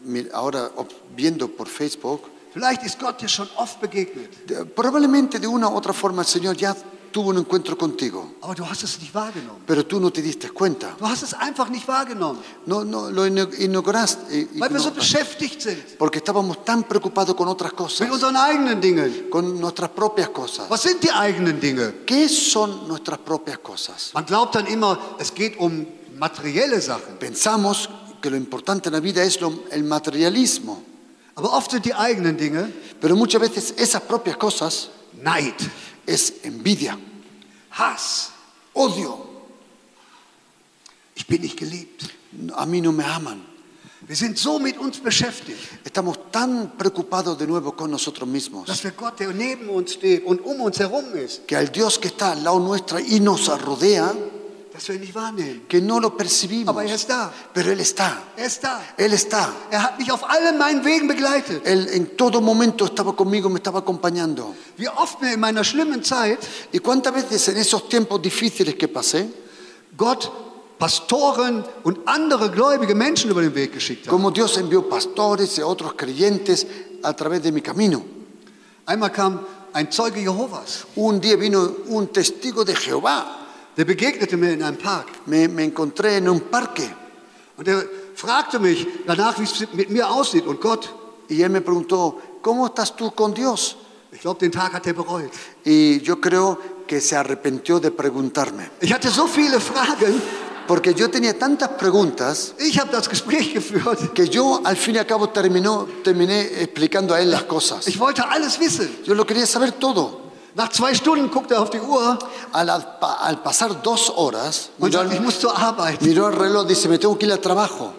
[SPEAKER 2] mi- ahora ob- viendo por Facebook.
[SPEAKER 1] Vielleicht ist Gott dir schon oft begegnet,
[SPEAKER 2] De- Probablemente de una u otra forma el Señor ya tuvo un encuentro contigo,
[SPEAKER 1] aber du hast es nicht wahrgenommen.
[SPEAKER 2] pero tú no te diste cuenta.
[SPEAKER 1] Du hast es einfach nicht wahrgenommen,
[SPEAKER 2] No, no, lo ino- ignoraste. eh,
[SPEAKER 1] weil wir so
[SPEAKER 2] igno-
[SPEAKER 1] beschäftigt sind
[SPEAKER 2] Porque estábamos tan preocupados con otras cosas,
[SPEAKER 1] mit unseren eigenen Dingen.
[SPEAKER 2] con nuestras propias cosas.
[SPEAKER 1] Was sind die eigenen Dinge?
[SPEAKER 2] ¿Qué son nuestras propias cosas?
[SPEAKER 1] Man glaubt dann immer, es geht um materielle Sachen,
[SPEAKER 2] Pensamos que lo importante en la vida es lo- el materialismo,
[SPEAKER 1] aber oft sind die eigenen Dinge
[SPEAKER 2] pero muchas veces esas propias cosas
[SPEAKER 1] Neid,
[SPEAKER 2] es envidia,
[SPEAKER 1] Hass. Oh,
[SPEAKER 2] odio.
[SPEAKER 1] Ich bin nicht geliebt.
[SPEAKER 2] A mí no me aman.
[SPEAKER 1] Wir sind so mit uns beschäftigt,
[SPEAKER 2] Estamos tan preocupados de nuevo con nosotros mismos
[SPEAKER 1] dass wir Gott, der neben uns steht und um uns herum ist,
[SPEAKER 2] que al Dios que está al lado nuestra y nos rodea,
[SPEAKER 1] dass wir ihn nicht wahrnehmen.
[SPEAKER 2] que no lo percibimos.
[SPEAKER 1] Aber er ist da.
[SPEAKER 2] Pero Él está,
[SPEAKER 1] Er ist da.
[SPEAKER 2] Él está.
[SPEAKER 1] Er hat mich auf allen meinen Wegen begleitet.
[SPEAKER 2] Él en todo momento estaba conmigo, me estaba acompañando.
[SPEAKER 1] Wie oft mir in meiner schlimmen Zeit
[SPEAKER 2] ¿Y cuántas veces en esos tiempos difíciles que pasé,
[SPEAKER 1] Gott Pastoren und andere gläubige Menschen über den Weg geschickt hat.
[SPEAKER 2] como Dios envió pastores y a otros creyentes a través de mi camino?
[SPEAKER 1] Einmal kam ein Zeuge Jehovas,
[SPEAKER 2] Un día vino un testigo de Jehová.
[SPEAKER 1] der begegnete mir in einem Park
[SPEAKER 2] Me, me encontré en un parque
[SPEAKER 1] und er fragte mich danach, wie es mit mir aussieht und Gott.
[SPEAKER 2] y él me preguntó, ¿cómo estás tú con Dios?
[SPEAKER 1] Ich glaube, den Tag hat er bereut.
[SPEAKER 2] Y yo creo que se arrepintió de preguntarme,
[SPEAKER 1] Ich hatte so viele Fragen.
[SPEAKER 2] porque yo tenía tantas preguntas
[SPEAKER 1] Ich habe das Gespräch geführt.
[SPEAKER 2] que yo al fin y al cabo terminó, terminé explicando a él las cosas.
[SPEAKER 1] Ich wollte alles wissen.
[SPEAKER 2] Yo lo quería saber todo.
[SPEAKER 1] Nach zwei Stunden guckte er auf die Uhr
[SPEAKER 2] Al, al pa- al pasar dos horas,
[SPEAKER 1] und
[SPEAKER 2] miró al-
[SPEAKER 1] sagte, ich muss zur Arbeit.
[SPEAKER 2] Miró el reloj, dice, me tengo que ir al trabajo.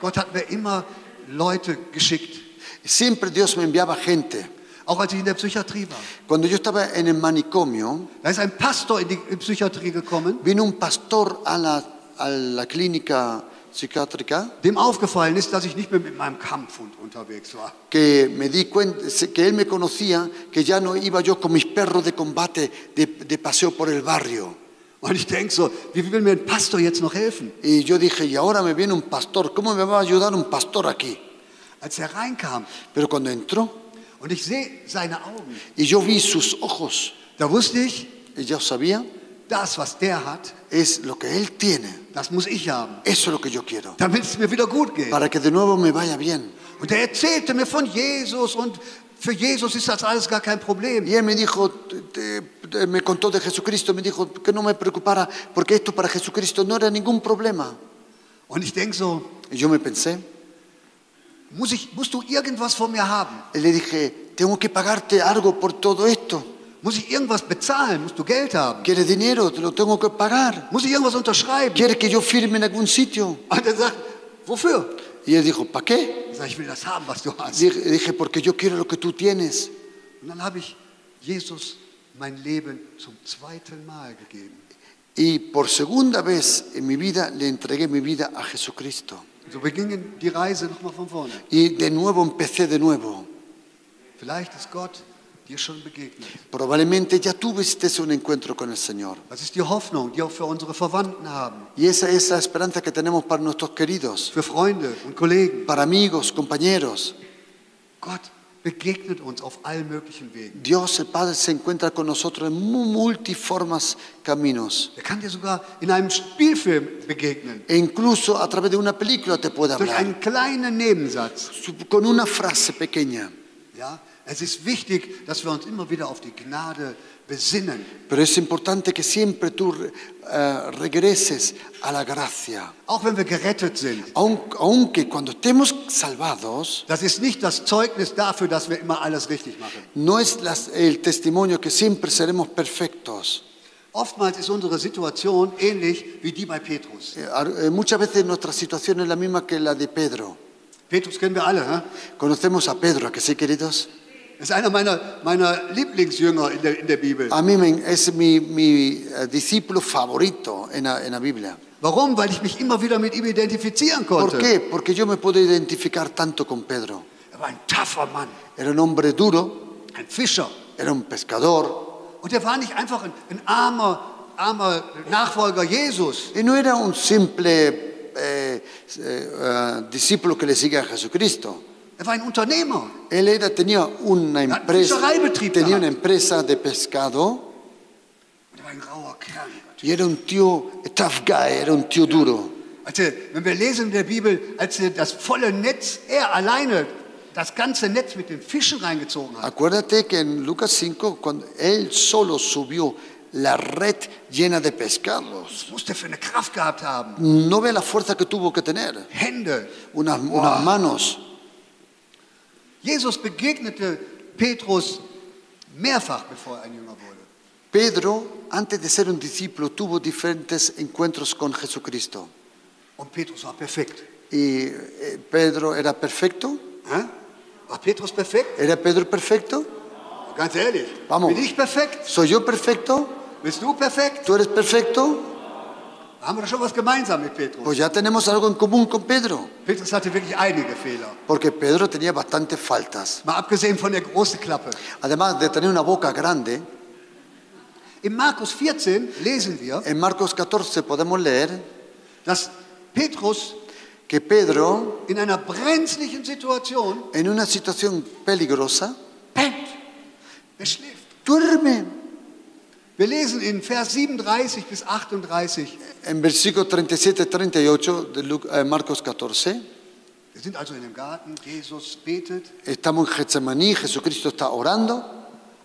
[SPEAKER 1] Gott hat mir immer Leute geschickt.
[SPEAKER 2] Siempre Dios me enviaba gente.
[SPEAKER 1] Auch als ich in der Psychiatrie war.
[SPEAKER 2] Cuando yo estaba en el manicomio,
[SPEAKER 1] Da ist ein Pastor in die Psychiatrie gekommen,
[SPEAKER 2] vino un pastor a la, a la clínica psiquiátrica
[SPEAKER 1] dem aufgefallen ist, dass ich nicht mehr mit meinem Kampfhund unterwegs war.
[SPEAKER 2] que me di cuenta, que él me conocía, que ya no iba yo con mis perros de combate de, de paseo por el barrio.
[SPEAKER 1] Und ich denke so, wie will mir ein Pastor jetzt noch helfen?
[SPEAKER 2] Y yo dije, y ahora me viene un pastor, ¿cómo me va a ayudar un pastor aquí?
[SPEAKER 1] Als er reinkam
[SPEAKER 2] Pero cuando entró
[SPEAKER 1] und ich sehe seine Augen,
[SPEAKER 2] y yo vi sus ojos,
[SPEAKER 1] da wusste ich,
[SPEAKER 2] y ya sabía,
[SPEAKER 1] das, was der hat,
[SPEAKER 2] es lo que él tiene,
[SPEAKER 1] das muss ich haben,
[SPEAKER 2] eso es lo que yo quiero,
[SPEAKER 1] damit es mir wieder gut geht.
[SPEAKER 2] para que de nuevo me vaya bien.
[SPEAKER 1] Und er erzählte mir von Jesus und für Jesus ist das alles gar kein Problem.
[SPEAKER 2] Y él me dijo, te- te- me contó de Jesucristo, me dijo que no me preocupara porque esto para Jesucristo no era ningún problema.
[SPEAKER 1] Und ich denke so,
[SPEAKER 2] Y yo me pensé,
[SPEAKER 1] muss ich, musst du irgendwas von mir haben?
[SPEAKER 2] y le dije, tengo que pagarte algo por todo esto.
[SPEAKER 1] Muss ich irgendwas bezahlen? Musst du Geld haben?
[SPEAKER 2] ¿Quieres dinero? Te lo tengo que pagar.
[SPEAKER 1] Muss ich irgendwas unterschreiben?
[SPEAKER 2] ¿Quieres que yo firme en algún sitio?
[SPEAKER 1] Und er sagt, wofür?
[SPEAKER 2] Y él dijo, ¿para qué?
[SPEAKER 1] Ich sage, ich will das haben, was du hast.
[SPEAKER 2] Dije, dije, porque yo quiero lo que tú tienes.
[SPEAKER 1] Und dann habe ich Jesus mein Leben zum zweiten Mal gegeben.
[SPEAKER 2] Y por segunda vez en mi vida le entregué mi vida a Jesucristo.
[SPEAKER 1] Und so begingen die Reise nochmal von vorne.
[SPEAKER 2] Y de nuevo empecé de nuevo.
[SPEAKER 1] Vielleicht ist Gott dir schon begegnet.
[SPEAKER 2] Probablemente ya tuviste un encuentro con el Señor.
[SPEAKER 1] Das ist die Hoffnung, die auch für unsere Verwandten haben,
[SPEAKER 2] Y esa es la esperanza que tenemos para nuestros queridos,
[SPEAKER 1] für Freunde und Kollegen.
[SPEAKER 2] para amigos, compañeros.
[SPEAKER 1] Gott begegnet uns auf allen möglichen Wegen.
[SPEAKER 2] Dios el Padre se encuentra con nosotros en mu- multiformes caminos.
[SPEAKER 1] Er kann dir sogar in einem Spielfilm begegnen,
[SPEAKER 2] E incluso a través de una película te puede
[SPEAKER 1] durch
[SPEAKER 2] hablar,
[SPEAKER 1] einen kleinen Nebensatz.
[SPEAKER 2] su- con una frase pequeña.
[SPEAKER 1] Ja? Es ist wichtig, dass wir uns immer wieder auf die Gnade besinnen.
[SPEAKER 2] Pero es importante que siempre tú re- eh, regreses a la gracia.
[SPEAKER 1] Auch wenn wir gerettet sind.
[SPEAKER 2] Aun- aunque cuando estemos salvados,
[SPEAKER 1] Das ist nicht das Zeugnis dafür, dass wir immer alles richtig machen.
[SPEAKER 2] no es las- el testimonio que siempre seremos perfectos.
[SPEAKER 1] Oftmals ist unsere Situation ähnlich wie die bei Petrus.
[SPEAKER 2] Eh, ar- eh, muchas veces nuestra situación es la misma que la de Pedro.
[SPEAKER 1] Petrus kennen wir alle. hä?
[SPEAKER 2] Conocemos a Pedro, ¿a que sí, queridos?
[SPEAKER 1] Ist einer meiner, meiner Lieblingsjünger in der, in der Bibel.
[SPEAKER 2] A mí me- es mi, mi, eh, discípulo favorito en la, en la Biblia.
[SPEAKER 1] Warum? Weil ich mich immer wieder mit ihm identifizieren
[SPEAKER 2] ¿Por
[SPEAKER 1] konnte.
[SPEAKER 2] qué? Porque yo me puedo identificar tanto con Pedro.
[SPEAKER 1] Er war ein taffer Mann,
[SPEAKER 2] Era un hombre duro,
[SPEAKER 1] ein Fischer.
[SPEAKER 2] era un pescador,
[SPEAKER 1] Und er war nicht einfach ein, ein armer, armer Nachfolger Jesus.
[SPEAKER 2] y no era un simple eh, eh, ah, discípulo que le sigue a Jesucristo.
[SPEAKER 1] Er war ein Unternehmer.
[SPEAKER 2] Él era, tenía una
[SPEAKER 1] un
[SPEAKER 2] empresa,
[SPEAKER 1] fischereibetrieb
[SPEAKER 2] tenía
[SPEAKER 1] gehabt.
[SPEAKER 2] una empresa de pescado
[SPEAKER 1] Und er war ein rauer Kerl.
[SPEAKER 2] y era un tío tough guy, era un tío duro.
[SPEAKER 1] Als er, wenn wir lesen in der Bibel, als er das volle Netz, er alleine, das ganze Netz mit den Fischen reingezogen hat.
[SPEAKER 2] Acuérdate que en Lucas 5, cuando él solo subió la red llena de pescados,
[SPEAKER 1] Was muss der für eine Kraft gehabt haben?
[SPEAKER 2] no ve la fuerza que tuvo que tener,
[SPEAKER 1] Hände.
[SPEAKER 2] unas, unas manos.
[SPEAKER 1] Jesus begegnete Petrus mehrfach, bevor er ein Jünger wurde.
[SPEAKER 2] Pedro, antes de ser un discípulo, tuvo diferentes encuentros con Jesucristo.
[SPEAKER 1] Und Petrus war perfekt.
[SPEAKER 2] Y eh, Pedro era perfecto,
[SPEAKER 1] Hä? War Petrus perfekt?
[SPEAKER 2] era Pedro perfecto,
[SPEAKER 1] Ganz ehrlich.
[SPEAKER 2] Vamos.
[SPEAKER 1] Bin ich perfekt?
[SPEAKER 2] soy yo perfecto,
[SPEAKER 1] Bist du perfekt?
[SPEAKER 2] tú eres perfecto,
[SPEAKER 1] Haben wir da schon was gemeinsam mit Petrus?
[SPEAKER 2] pues ya tenemos algo en común con Pedro,
[SPEAKER 1] Petrus hatte wirklich einige Fehler.
[SPEAKER 2] porque Pedro tenía bastantes faltas.
[SPEAKER 1] Mal abgesehen von der großen Klappe.
[SPEAKER 2] Además de tener una boca grande,
[SPEAKER 1] In Markus 14 lesen wir,
[SPEAKER 2] en Marcos 14 podemos leer
[SPEAKER 1] dass Petrus
[SPEAKER 2] que Pedro,
[SPEAKER 1] in einer brenzlichen Situation
[SPEAKER 2] en una situación peligrosa,
[SPEAKER 1] pennt. Er schläft.
[SPEAKER 2] duerme.
[SPEAKER 1] Wir lesen in Vers 37 bis 38,
[SPEAKER 2] En versículos 37-38 de Lu- eh, Marcos 14.
[SPEAKER 1] wir sind also in dem Garten, Jesus betet.
[SPEAKER 2] Estamos en Getsemaní, Jesucristo está orando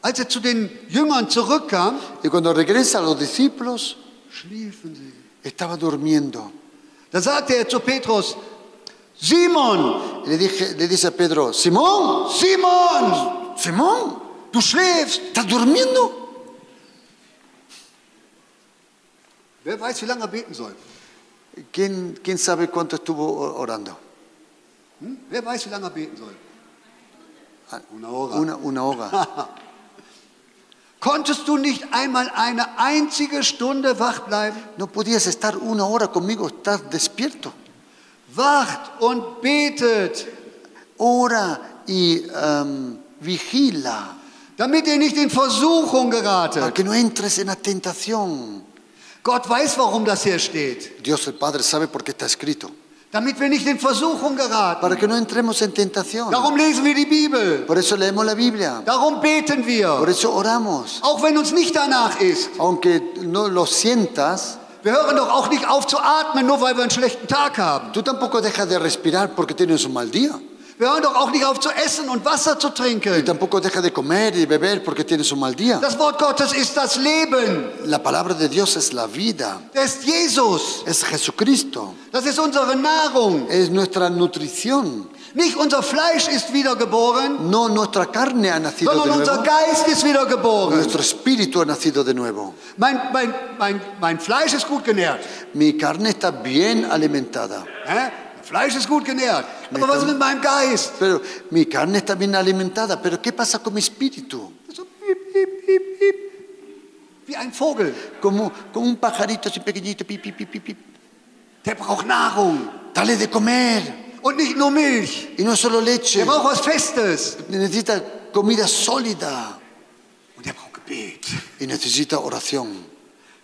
[SPEAKER 1] Als er zu den Jüngern zurückkam,
[SPEAKER 2] y cuando regresa los discípulos
[SPEAKER 1] schliefen sie.
[SPEAKER 2] estaba durmiendo.
[SPEAKER 1] Da sagte er zu Petrus, Simon,
[SPEAKER 2] Y Le, dije, le dice a Pedro, Simón,
[SPEAKER 1] Simon,
[SPEAKER 2] Simón,
[SPEAKER 1] du schläfst.
[SPEAKER 2] ¿estás durmiendo?
[SPEAKER 1] Wer weiß, wie lange er beten soll.
[SPEAKER 2] ¿Quién, quién sabe cuánto estuvo o- orando?
[SPEAKER 1] Hm? Wer weiß, wie lange er beten soll. Una hora.
[SPEAKER 2] Una, una hora.
[SPEAKER 1] Konntest du nicht einmal eine einzige Stunde wach bleiben?
[SPEAKER 2] No podías estar una hora conmigo, estás despierto.
[SPEAKER 1] Wacht und betet,
[SPEAKER 2] Ora y em, vigila
[SPEAKER 1] damit ihr nicht in Versuchung
[SPEAKER 2] para
[SPEAKER 1] geratet.
[SPEAKER 2] que no entres en la tentación.
[SPEAKER 1] Gott weiß, warum das hier steht.
[SPEAKER 2] Dios el Padre sabe por qué está escrito.
[SPEAKER 1] Damit wir nicht in Versuchung
[SPEAKER 2] Para
[SPEAKER 1] geraten.
[SPEAKER 2] que no entremos en tentación.
[SPEAKER 1] Darum lesen wir die Bibel.
[SPEAKER 2] Por eso leemos la Biblia.
[SPEAKER 1] Darum beten
[SPEAKER 2] Por
[SPEAKER 1] wir.
[SPEAKER 2] eso oramos.
[SPEAKER 1] Auch wenn uns nicht danach ist.
[SPEAKER 2] Aunque no lo sientas,
[SPEAKER 1] Wir hören doch auch nicht auf zu atmen, nur weil wir einen schlechten Tag haben.
[SPEAKER 2] tú tampoco dejas de respirar porque tienes un mal día.
[SPEAKER 1] Wir hören doch auch nicht auf zu essen und Wasser zu
[SPEAKER 2] Y
[SPEAKER 1] trinken.
[SPEAKER 2] tampoco dejas de comer y beber porque tienes un mal día.
[SPEAKER 1] Das Wort Gottes ist das Leben.
[SPEAKER 2] La palabra de Dios es la vida.
[SPEAKER 1] Das ist Jesus.
[SPEAKER 2] Es Jesucristo.
[SPEAKER 1] Das ist unsere Nahrung.
[SPEAKER 2] Es nuestra nutrición.
[SPEAKER 1] Nicht unser Fleisch ist wiedergeboren,
[SPEAKER 2] No nuestra carne ha nacido de
[SPEAKER 1] sondern unser
[SPEAKER 2] nuevo.
[SPEAKER 1] Geist ist wiedergeboren.
[SPEAKER 2] Nuestro espíritu ha nacido de nuevo.
[SPEAKER 1] Mein, mein, mein, mein Fleisch ist gut genährt.
[SPEAKER 2] Mi carne está bien alimentada.
[SPEAKER 1] Hä? Mein Fleisch ist gut genährt. Aber was ist mit meinem Geist?
[SPEAKER 2] Pero mi carne está bien alimentada. Pero ¿qué pasa con mi espíritu?
[SPEAKER 1] So piep, piep, piep, piep. Wie ein Vogel.
[SPEAKER 2] Como, como un pajarito así pequeñito. Pip, pip, pip, pip, pip.
[SPEAKER 1] Der braucht Nahrung.
[SPEAKER 2] Dale de comer.
[SPEAKER 1] Und nicht nur Milch.
[SPEAKER 2] Y no solo leche.
[SPEAKER 1] Der braucht was Festes.
[SPEAKER 2] Necesita comida sólida.
[SPEAKER 1] Und der braucht Gebet.
[SPEAKER 2] Y necesita oración.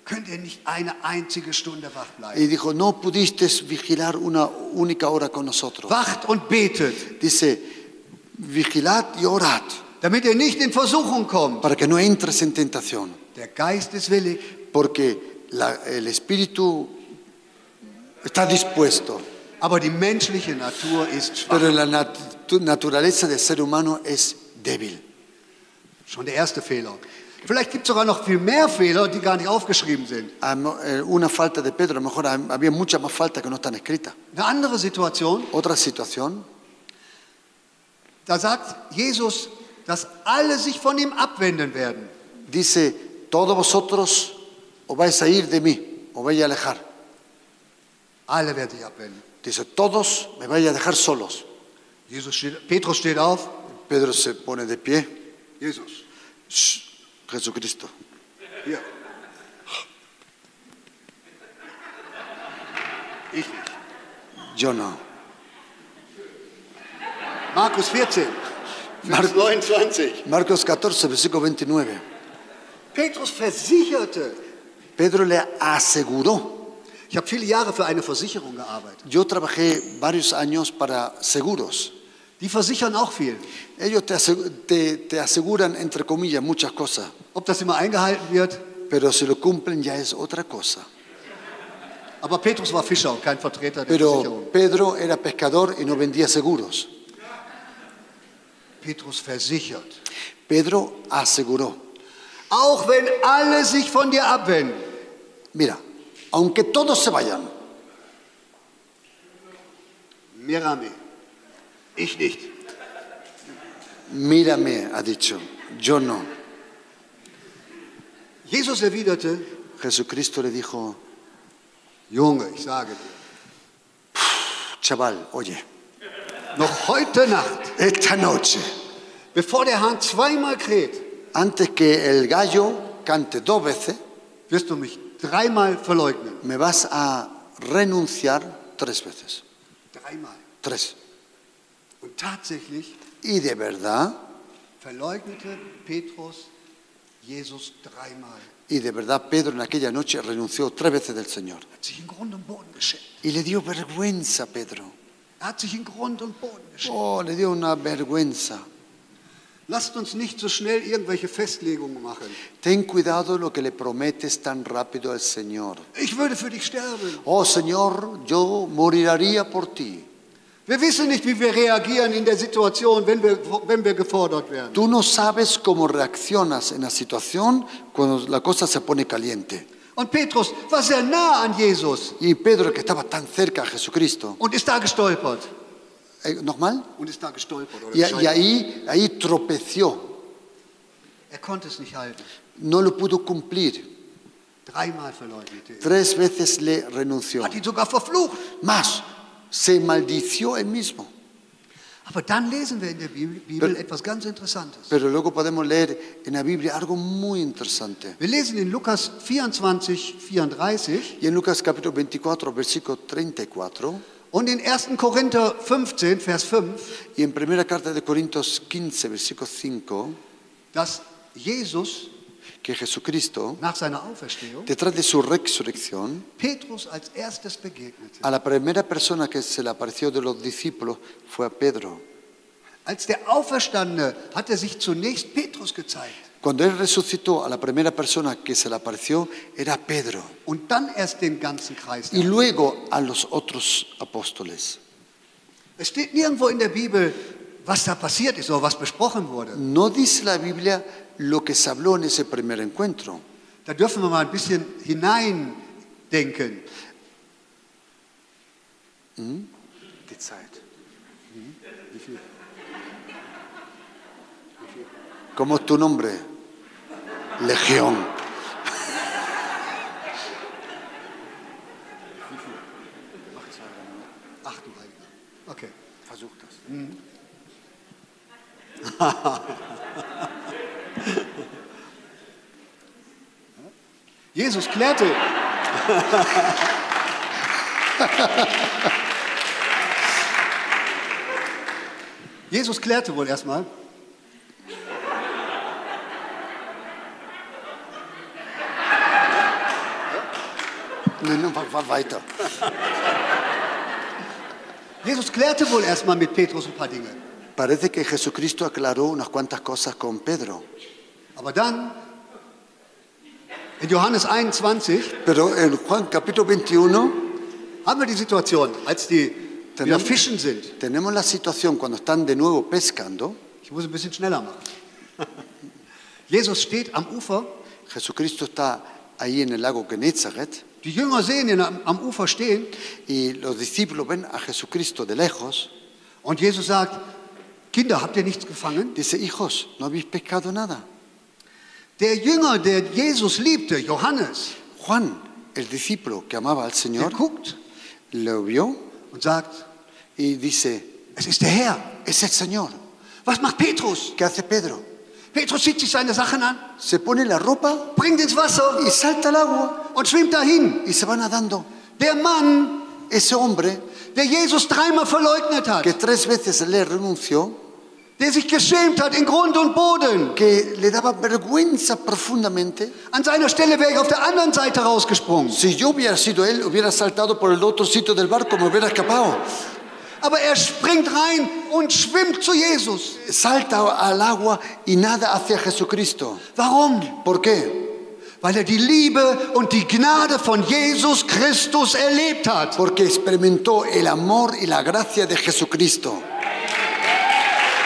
[SPEAKER 1] Könnt ihr nicht eine einzige Stunde wach bleiben?
[SPEAKER 2] Y dijo, no pudiste vigilar una única hora con nosotros.
[SPEAKER 1] Wacht und betet,
[SPEAKER 2] Dice, vigilad y orad
[SPEAKER 1] damit ihr nicht in Versuchung kommt.
[SPEAKER 2] para que no entres en tentación.
[SPEAKER 1] Der Geist ist willig,
[SPEAKER 2] Porque la- el espíritu está dispuesto,
[SPEAKER 1] aber die menschliche Natur ist schwach.
[SPEAKER 2] pero la nat- naturaleza del ser humano es débil.
[SPEAKER 1] Schon der erste Fehler. Vielleicht gibt es sogar noch viel mehr Fehler, die gar nicht aufgeschrieben sind.
[SPEAKER 2] A mo- eh, Una falta de Pedro, a lo mejor ha- había muchas más faltas que no están escritas.
[SPEAKER 1] Eine andere Situation,
[SPEAKER 2] Otra situación,
[SPEAKER 1] da sagt Jesus, dass alle sich von ihm abwenden werden.
[SPEAKER 2] dice, todos vosotros o vais a ir de mí, o vais a alejar.
[SPEAKER 1] Alle werdet ihr abwenden.
[SPEAKER 2] Dice, todos me vais a dejar solos.
[SPEAKER 1] Jesus steht, Petrus steht auf.
[SPEAKER 2] Pedro se pone de pie.
[SPEAKER 1] Jesus,
[SPEAKER 2] Shh, Jesucristo.
[SPEAKER 1] hier. Ich nicht.
[SPEAKER 2] Yo no.
[SPEAKER 1] Markus 14, Vers 29.
[SPEAKER 2] Marcos 14, versículo 29.
[SPEAKER 1] Petrus versicherte.
[SPEAKER 2] Pedro le aseguró.
[SPEAKER 1] Ich habe viele Jahre für eine Versicherung gearbeitet.
[SPEAKER 2] Yo trabajé varios años para seguros.
[SPEAKER 1] Die versichern auch viel.
[SPEAKER 2] Ellos te, asegu- te- te aseguran, entre comillas, muchas cosas,
[SPEAKER 1] Ob das immer eingehalten wird.
[SPEAKER 2] pero si lo cumplen ya es otra cosa.
[SPEAKER 1] Aber Petrus war Fischer und kein Vertreter der
[SPEAKER 2] Pero
[SPEAKER 1] Versicherung.
[SPEAKER 2] Pedro era pescador y no vendía seguros.
[SPEAKER 1] Petrus versichert.
[SPEAKER 2] Pedro aseguró,
[SPEAKER 1] Auch wenn alle sich von dir abwenden.
[SPEAKER 2] mira, aunque todos se vayan,
[SPEAKER 1] Mirame. Ich nicht.
[SPEAKER 2] mírame, ha dicho, yo no.
[SPEAKER 1] Jesus erwiderte,
[SPEAKER 2] Jesucristo le dijo,
[SPEAKER 1] Junge, ich sage dir,
[SPEAKER 2] chaval, oye,
[SPEAKER 1] noch heute Nacht,
[SPEAKER 2] esta noche,
[SPEAKER 1] bevor der Hahn zweimal kräht,
[SPEAKER 2] antes que el gallo cante dos veces,
[SPEAKER 1] wirst du mich dreimal verleugnen.
[SPEAKER 2] me vas a renunciar tres veces.
[SPEAKER 1] Dreimal.
[SPEAKER 2] Tres.
[SPEAKER 1] Und tatsächlich
[SPEAKER 2] Y de verdad,
[SPEAKER 1] verleugnete Petrus Jesus dreimal.
[SPEAKER 2] y de verdad Pedro en aquella noche renunció tres veces del Señor.
[SPEAKER 1] Er hat sich in Grund und Boden geschämt.
[SPEAKER 2] Y le dio vergüenza a Pedro.
[SPEAKER 1] Er hat sich in Grund und Boden geschämt.
[SPEAKER 2] Oh, le dio una vergüenza.
[SPEAKER 1] Lasst uns nicht so schnell irgendwelche Festlegungen machen.
[SPEAKER 2] Ten cuidado lo que le prometes tan rápido al Señor.
[SPEAKER 1] Ich würde für dich sterben.
[SPEAKER 2] Oh Señor, yo moriría por ti.
[SPEAKER 1] Wir wissen nicht, wie wir reagieren in der Situation, wenn wir, wenn wir gefordert werden.
[SPEAKER 2] Tú no sabes cómo reaccionas en la situación cuando la cosa se pone caliente.
[SPEAKER 1] Und Petrus war sehr nah an Jesus
[SPEAKER 2] Y Pedro, que estaba tan cerca a Jesucristo,
[SPEAKER 1] und ist da gestolpert.
[SPEAKER 2] eh, ¿nochmal?
[SPEAKER 1] Und ist da gestolpert. Oder
[SPEAKER 2] Y, a- y
[SPEAKER 1] gescheitert.
[SPEAKER 2] ahí, ahí tropeció,
[SPEAKER 1] Er konnte es nicht halten.
[SPEAKER 2] no lo pudo cumplir.
[SPEAKER 1] Dreimal verleugnete er.
[SPEAKER 2] Tres veces le renunció.
[SPEAKER 1] Hat ihn sogar verflucht.
[SPEAKER 2] Más, se maldició él mismo.
[SPEAKER 1] Aber dann lesen wir in der Bibel, Bibel etwas ganz Interessantes.
[SPEAKER 2] Pero luego podemos leer en la Biblia algo muy interesante.
[SPEAKER 1] Wir lesen in Lukas 24, 34
[SPEAKER 2] Y en Lucas capítulo 24, versículo 34,
[SPEAKER 1] und in 1. Korinther 15, Vers 5,
[SPEAKER 2] y en primera carta de Corintios 15, versículo 5,
[SPEAKER 1] dass Jesus
[SPEAKER 2] que Jesucristo,
[SPEAKER 1] nach seiner Auferstehung
[SPEAKER 2] detrás de su resurrección,
[SPEAKER 1] Petrus als erstes begegnete.
[SPEAKER 2] a la primera persona que se le apareció de los discípulos fue a Pedro.
[SPEAKER 1] Als der Auferstandene hat er sich zunächst Petrus gezeigt
[SPEAKER 2] Cuando él resucitó, a la primera persona que se le apareció era Pedro,
[SPEAKER 1] und dann erst den ganzen Kreis.
[SPEAKER 2] y luego a los otros apóstoles.
[SPEAKER 1] Es steht nirgendwo in der Bibel, was da passiert ist oder was besprochen wurde.
[SPEAKER 2] No dice la Biblia lo que se habló en ese primer encuentro.
[SPEAKER 1] Da dürfen wir mal ein bisschen hineindenken.
[SPEAKER 2] Die Zeit. ¿Cómo es tu nombre? Legión.
[SPEAKER 1] Ach du Heiliger. Okay. Mhm.
[SPEAKER 2] Versuch das.
[SPEAKER 1] [LAUGHS] Jesus klärte. [LAUGHS] Jesus klärte wohl erstmal.
[SPEAKER 2] Nein, nein, fahr, fahr weiter.
[SPEAKER 1] Jesus klärte wohl erstmal mit Petrus ein paar Dinge.
[SPEAKER 2] Parece que Jesucristo aclaró unas cuantas cosas con Pedro.
[SPEAKER 1] Aber dann, in Johannes 21,
[SPEAKER 2] Pero en Juan capítulo 21
[SPEAKER 1] haben wir die Situation, als die wieder fischen sind.
[SPEAKER 2] tenemos la situación cuando están de nuevo pescando.
[SPEAKER 1] Ich muss ein bisschen schneller machen. [LAUGHS] Jesus steht am Ufer.
[SPEAKER 2] Jesucristo está ahí en el lago Genezaret
[SPEAKER 1] Die Jünger sehen ihn am, am Ufer stehen.
[SPEAKER 2] y los discípulos ven a Jesucristo de lejos.
[SPEAKER 1] Und Jesus sagt, Kinder, habt ihr nichts gefangen?
[SPEAKER 2] Dice, hijos, ¿no habéis pescado nada?
[SPEAKER 1] Der Jünger, der Jesus liebte, Johannes,
[SPEAKER 2] Juan, el discípulo que amaba al
[SPEAKER 1] Er
[SPEAKER 2] Señor,
[SPEAKER 1] guckt
[SPEAKER 2] lo vio
[SPEAKER 1] und sagt,
[SPEAKER 2] y dice,
[SPEAKER 1] es ist der Herr.
[SPEAKER 2] es el Señor.
[SPEAKER 1] Was macht Petrus?
[SPEAKER 2] ¿Qué hace Pedro?
[SPEAKER 1] Petrus zieht sich seine Sachen an,
[SPEAKER 2] Se pone la ropa
[SPEAKER 1] bringt ins Wasser
[SPEAKER 2] y salta al agua
[SPEAKER 1] und schwimmt dahin.
[SPEAKER 2] y se va nadando.
[SPEAKER 1] Der Mann,
[SPEAKER 2] Ese hombre
[SPEAKER 1] der Jesus dreimal verleugnet
[SPEAKER 2] que
[SPEAKER 1] hat,
[SPEAKER 2] tres veces le renunció,
[SPEAKER 1] der sich geschämt hat in Grund und Boden.
[SPEAKER 2] que le daba vergüenza profundamente,
[SPEAKER 1] An seiner Stelle wäre ich auf der anderen Seite rausgesprungen.
[SPEAKER 2] si yo hubiera sido él, hubiera saltado por el otro sitio del barco, me hubiera escapado.
[SPEAKER 1] Aber er springt rein und schwimmt zu Jesus.
[SPEAKER 2] Salta al agua y nada hacia Jesucristo.
[SPEAKER 1] Warum?
[SPEAKER 2] ¿Por qué?
[SPEAKER 1] Weil er die Liebe und die Gnade von Jesus Christus erlebt hat.
[SPEAKER 2] Porque experimentó el amor y la gracia de Jesucristo.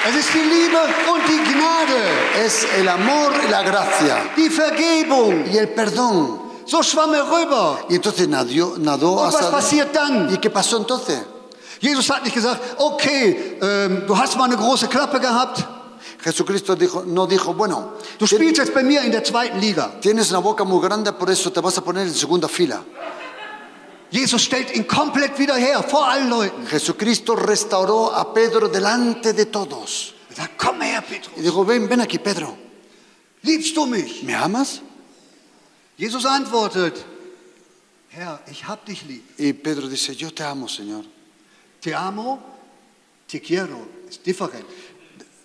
[SPEAKER 1] Es ist die Liebe und die Gnade,
[SPEAKER 2] Es el amor y la gracia
[SPEAKER 1] die Vergebung.
[SPEAKER 2] y el perdón.
[SPEAKER 1] So schwamm er rüber.
[SPEAKER 2] Y entonces nadió, nadó
[SPEAKER 1] Und was
[SPEAKER 2] hasta...
[SPEAKER 1] passiert dann?
[SPEAKER 2] ¿Y qué pasó entonces?
[SPEAKER 1] Jesus hat nicht gesagt, okay, ähm, du hast mal eine große Klappe gehabt,
[SPEAKER 2] Jesucristo dijo, no dijo, bueno,
[SPEAKER 1] du spielst jetzt bei mir in der zweiten Liga.
[SPEAKER 2] tienes una boca muy grande, por eso te vas a poner en segunda fila.
[SPEAKER 1] Jesus stellt ihn komplett wieder her, vor allen Leuten.
[SPEAKER 2] Jesucristo restauró a Pedro delante de todos.
[SPEAKER 1] Er sagt, komm her,
[SPEAKER 2] Y
[SPEAKER 1] Petrus,
[SPEAKER 2] dijo, ven, ven aquí, Pedro,
[SPEAKER 1] liebst du mich?
[SPEAKER 2] ¿me amas?
[SPEAKER 1] Jesus antwortet, Herr, ich hab dich lieb.
[SPEAKER 2] Y Pedro dice, yo te amo, Señor.
[SPEAKER 1] Te amo, te quiero. Ist different.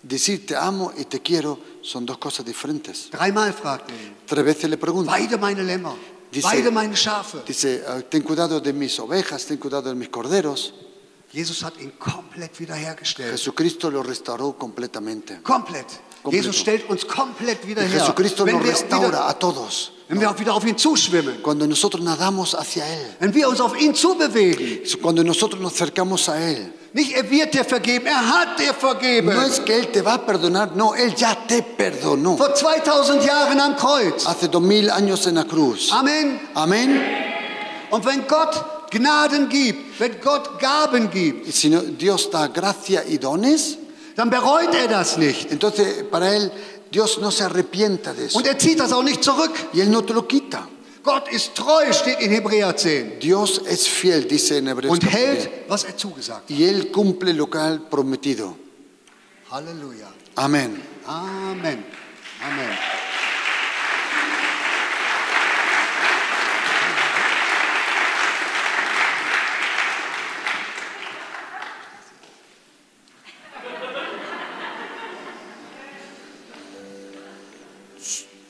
[SPEAKER 2] Decir te amo y te quiero son dos cosas diferentes.
[SPEAKER 1] Dreimal fragt er ihn.
[SPEAKER 2] Tres veces le pregunta,
[SPEAKER 1] Weide meine Lämmer,
[SPEAKER 2] Diese-
[SPEAKER 1] weide meine Schafe.
[SPEAKER 2] dice, "Ah, ten cuidado de mis ovejas, ten cuidado de mis corderos.
[SPEAKER 1] Jesus hat ihn komplett wiederhergestellt.
[SPEAKER 2] Jesucristo lo restauró completamente.
[SPEAKER 1] Komplett.
[SPEAKER 2] Komplett.
[SPEAKER 1] Jesus stellt uns komplett wieder her.
[SPEAKER 2] Jesucristo
[SPEAKER 1] wenn,
[SPEAKER 2] nos
[SPEAKER 1] wir
[SPEAKER 2] restaura
[SPEAKER 1] wieder,
[SPEAKER 2] a todos.
[SPEAKER 1] wenn wir auch wieder auf ihn zuschwimmen,
[SPEAKER 2] Cuando nosotros nadamos hacia Él,
[SPEAKER 1] wenn wir uns auf ihn zubewegen.
[SPEAKER 2] cuando nosotros nos acercamos a Él,
[SPEAKER 1] Nicht er wird dir vergeben, er hat dir vergeben.
[SPEAKER 2] No es que Él te va a perdonar, no, Él ya te perdonó.
[SPEAKER 1] Vor 2000 Jahren am Kreuz.
[SPEAKER 2] Hace dos mil años en la cruz.
[SPEAKER 1] Amen.
[SPEAKER 2] Amén.
[SPEAKER 1] Und wenn Gott Gnaden gibt, wenn Gott Gaben gibt,
[SPEAKER 2] Y Si no, Dios da gracia y dones,
[SPEAKER 1] dann bereut er das nicht.
[SPEAKER 2] entonces para Él Dios no se arrepienta de eso.
[SPEAKER 1] Und er zieht das auch nicht zurück.
[SPEAKER 2] Y Él no te lo quita.
[SPEAKER 1] Gott ist treu, steht in Hebräer 10.
[SPEAKER 2] Dios es fiel, dice en Hebreos.
[SPEAKER 1] Und
[SPEAKER 2] capítulo diez.
[SPEAKER 1] hält, was er zugesagt
[SPEAKER 2] Y Él cumple lo que ha prometido.
[SPEAKER 1] hat. Halleluja.
[SPEAKER 2] Amén.
[SPEAKER 1] Amen. Amen.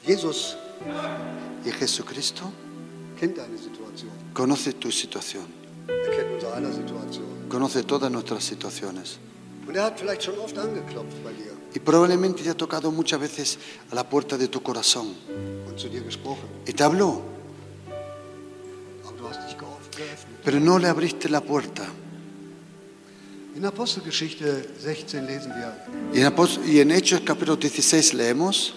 [SPEAKER 1] Jesus
[SPEAKER 2] Y Jesucristo
[SPEAKER 1] kennt deine Situation.
[SPEAKER 2] conoce tu situación,
[SPEAKER 1] Er kennt unsere aller Situation.
[SPEAKER 2] conoce todas nuestras situaciones.
[SPEAKER 1] Und er hat vielleicht schon oft angeklopft bei dir
[SPEAKER 2] Y probablemente te ha tocado muchas veces a la puerta de tu corazón.
[SPEAKER 1] und zu dir gesprochen.
[SPEAKER 2] Y te habló,
[SPEAKER 1] Aber du hast nicht geoff- geöffnet.
[SPEAKER 2] pero no le abriste la puerta.
[SPEAKER 1] In Apostelgeschichte 16 lesen wir,
[SPEAKER 2] Y en, Apos- y en Hechos capítulo 16 leemos,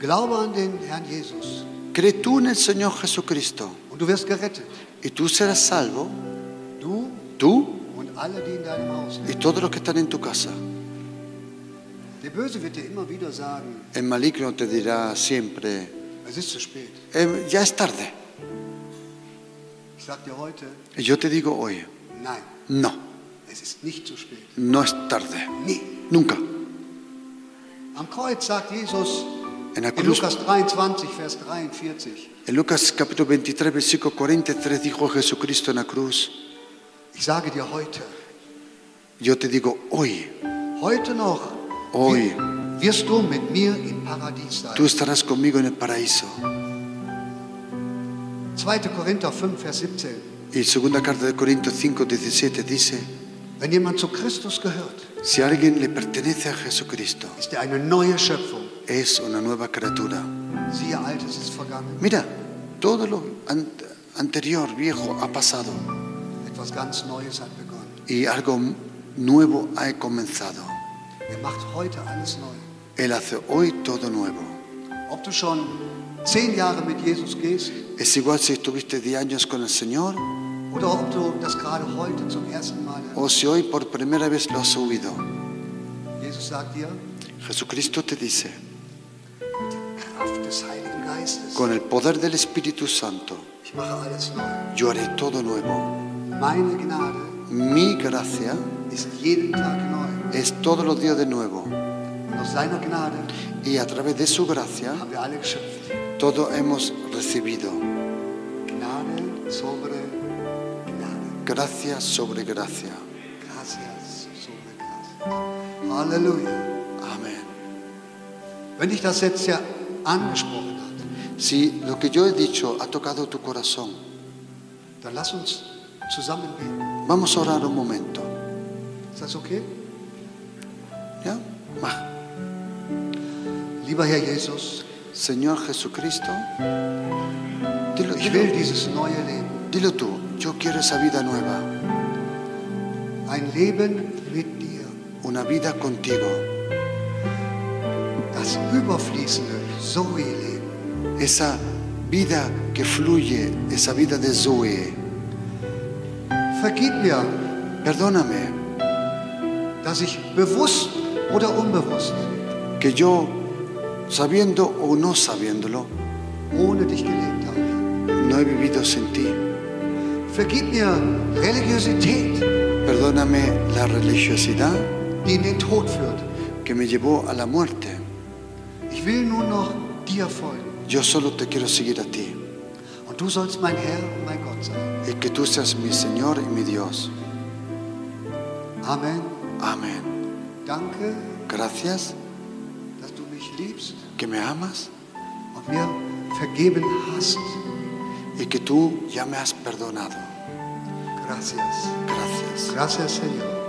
[SPEAKER 1] Glaube an den Herrn Jesus
[SPEAKER 2] cree tú en el Señor Jesucristo
[SPEAKER 1] und du wirst gerettet.
[SPEAKER 2] y tú serás salvo,
[SPEAKER 1] Du
[SPEAKER 2] tú
[SPEAKER 1] und alle, die in deinem Haus sind.
[SPEAKER 2] y todos los que están en tu casa.
[SPEAKER 1] Der Böse wird dir immer wieder sagen,
[SPEAKER 2] El maligno te dirá siempre,
[SPEAKER 1] es ist zu spät.
[SPEAKER 2] "Eh, ya es tarde.
[SPEAKER 1] Ich sage dir heute,
[SPEAKER 2] Y yo te digo hoy,
[SPEAKER 1] nein,
[SPEAKER 2] no,
[SPEAKER 1] es ist nicht zu spät.
[SPEAKER 2] no es tarde,
[SPEAKER 1] Nie.
[SPEAKER 2] nunca.
[SPEAKER 1] Am Kreuz sagt Jesus
[SPEAKER 2] En la
[SPEAKER 1] in
[SPEAKER 2] cruz,
[SPEAKER 1] Lukas 23, Vers 43,
[SPEAKER 2] en Lucas capítulo 23, versículo 43 dijo Jesucristo en la cruz,
[SPEAKER 1] ich sage dir heute,
[SPEAKER 2] yo te digo hoy,
[SPEAKER 1] heute noch
[SPEAKER 2] Oi.
[SPEAKER 1] wirst du mit mir im Paradies sein.
[SPEAKER 2] tú estarás conmigo en el paraíso.
[SPEAKER 1] 2. Korinther 5, Vers 17.
[SPEAKER 2] Y segunda carta de Corintios 5, 17 dice,
[SPEAKER 1] Wenn jemand zu Christus gehört,
[SPEAKER 2] si alguien le pertenece a Jesucristo,
[SPEAKER 1] ist er eine neue Schöpfung.
[SPEAKER 2] es una nueva criatura.
[SPEAKER 1] Siehe, Altes ist vergangen.
[SPEAKER 2] Mira, todo lo an- anterior, viejo, ha pasado
[SPEAKER 1] Etwas ganz Neues hat begonnen.
[SPEAKER 2] y algo nuevo ha comenzado.
[SPEAKER 1] Er macht heute alles neu.
[SPEAKER 2] Él hace hoy todo nuevo.
[SPEAKER 1] Ob du schon zehn Jahre mit Jesus gehst
[SPEAKER 2] Es igual si estuviste 10 años con el Señor
[SPEAKER 1] oder ob du das gerade heute zum ersten Mal
[SPEAKER 2] o si hoy por primera vez lo has oído.
[SPEAKER 1] Jesus sagt dir,
[SPEAKER 2] Jesucristo te dice,
[SPEAKER 1] Kraft des Heiligen Geistes.
[SPEAKER 2] Con el poder del Espíritu Santo,
[SPEAKER 1] Ich mache alles neu.
[SPEAKER 2] yo haré todo nuevo.
[SPEAKER 1] Meine Gnade
[SPEAKER 2] Mi gracia
[SPEAKER 1] ist jeden Tag neu.
[SPEAKER 2] es todos los días de nuevo.
[SPEAKER 1] Und aus seiner Gnade
[SPEAKER 2] Y a través de su gracia,
[SPEAKER 1] haben wir alle geschöpft.
[SPEAKER 2] todo hemos recibido.
[SPEAKER 1] Gnade sobre Gnade.
[SPEAKER 2] Gracia sobre gracia.
[SPEAKER 1] Gracias sobre Gracias. Halleluja.
[SPEAKER 2] Amén.
[SPEAKER 1] Wenn dich das jetzt ja angesprochen hat,
[SPEAKER 2] Si lo que yo he dicho ha tocado tu corazón,
[SPEAKER 1] dann lass uns zusammen beten.
[SPEAKER 2] vamos a orar un momento.
[SPEAKER 1] Ist das okay?
[SPEAKER 2] ¿ya? Ma-
[SPEAKER 1] Lieber Herr Jesus,
[SPEAKER 2] Señor Jesucristo, dilo,
[SPEAKER 1] ich will
[SPEAKER 2] dilo,
[SPEAKER 1] dieses neue Leben.
[SPEAKER 2] dilo tú, yo quiero esa vida nueva,
[SPEAKER 1] Ein Leben mit dir,
[SPEAKER 2] una vida contigo,
[SPEAKER 1] das überfließende Zoe-Leben.
[SPEAKER 2] esa vida que fluye, esa vida de Zoe.
[SPEAKER 1] Vergib mir,
[SPEAKER 2] Perdóname
[SPEAKER 1] dass ich bewusst oder unbewusst
[SPEAKER 2] que yo, sabiendo o no sabiéndolo,
[SPEAKER 1] ohne dich gelebt habe.
[SPEAKER 2] no he vivido sin ti.
[SPEAKER 1] Vergib mir Religiosität,
[SPEAKER 2] Perdóname la religiosidad
[SPEAKER 1] die in den Tod führt.
[SPEAKER 2] que me llevó a la muerte.
[SPEAKER 1] Ich will nur noch dir folgen.
[SPEAKER 2] Yo solo te quiero seguir a ti,
[SPEAKER 1] Und du sollst mein Herr und mein Gott sein.
[SPEAKER 2] y que tú seas mi Señor y mi Dios.
[SPEAKER 1] Amen.
[SPEAKER 2] Amén.
[SPEAKER 1] Danke,
[SPEAKER 2] Gracias
[SPEAKER 1] dass du mich liebst
[SPEAKER 2] que me amas
[SPEAKER 1] und mir vergeben hast.
[SPEAKER 2] y que tú ya me has perdonado.
[SPEAKER 1] Gracias.
[SPEAKER 2] Gracias.
[SPEAKER 1] Gracias, Señor.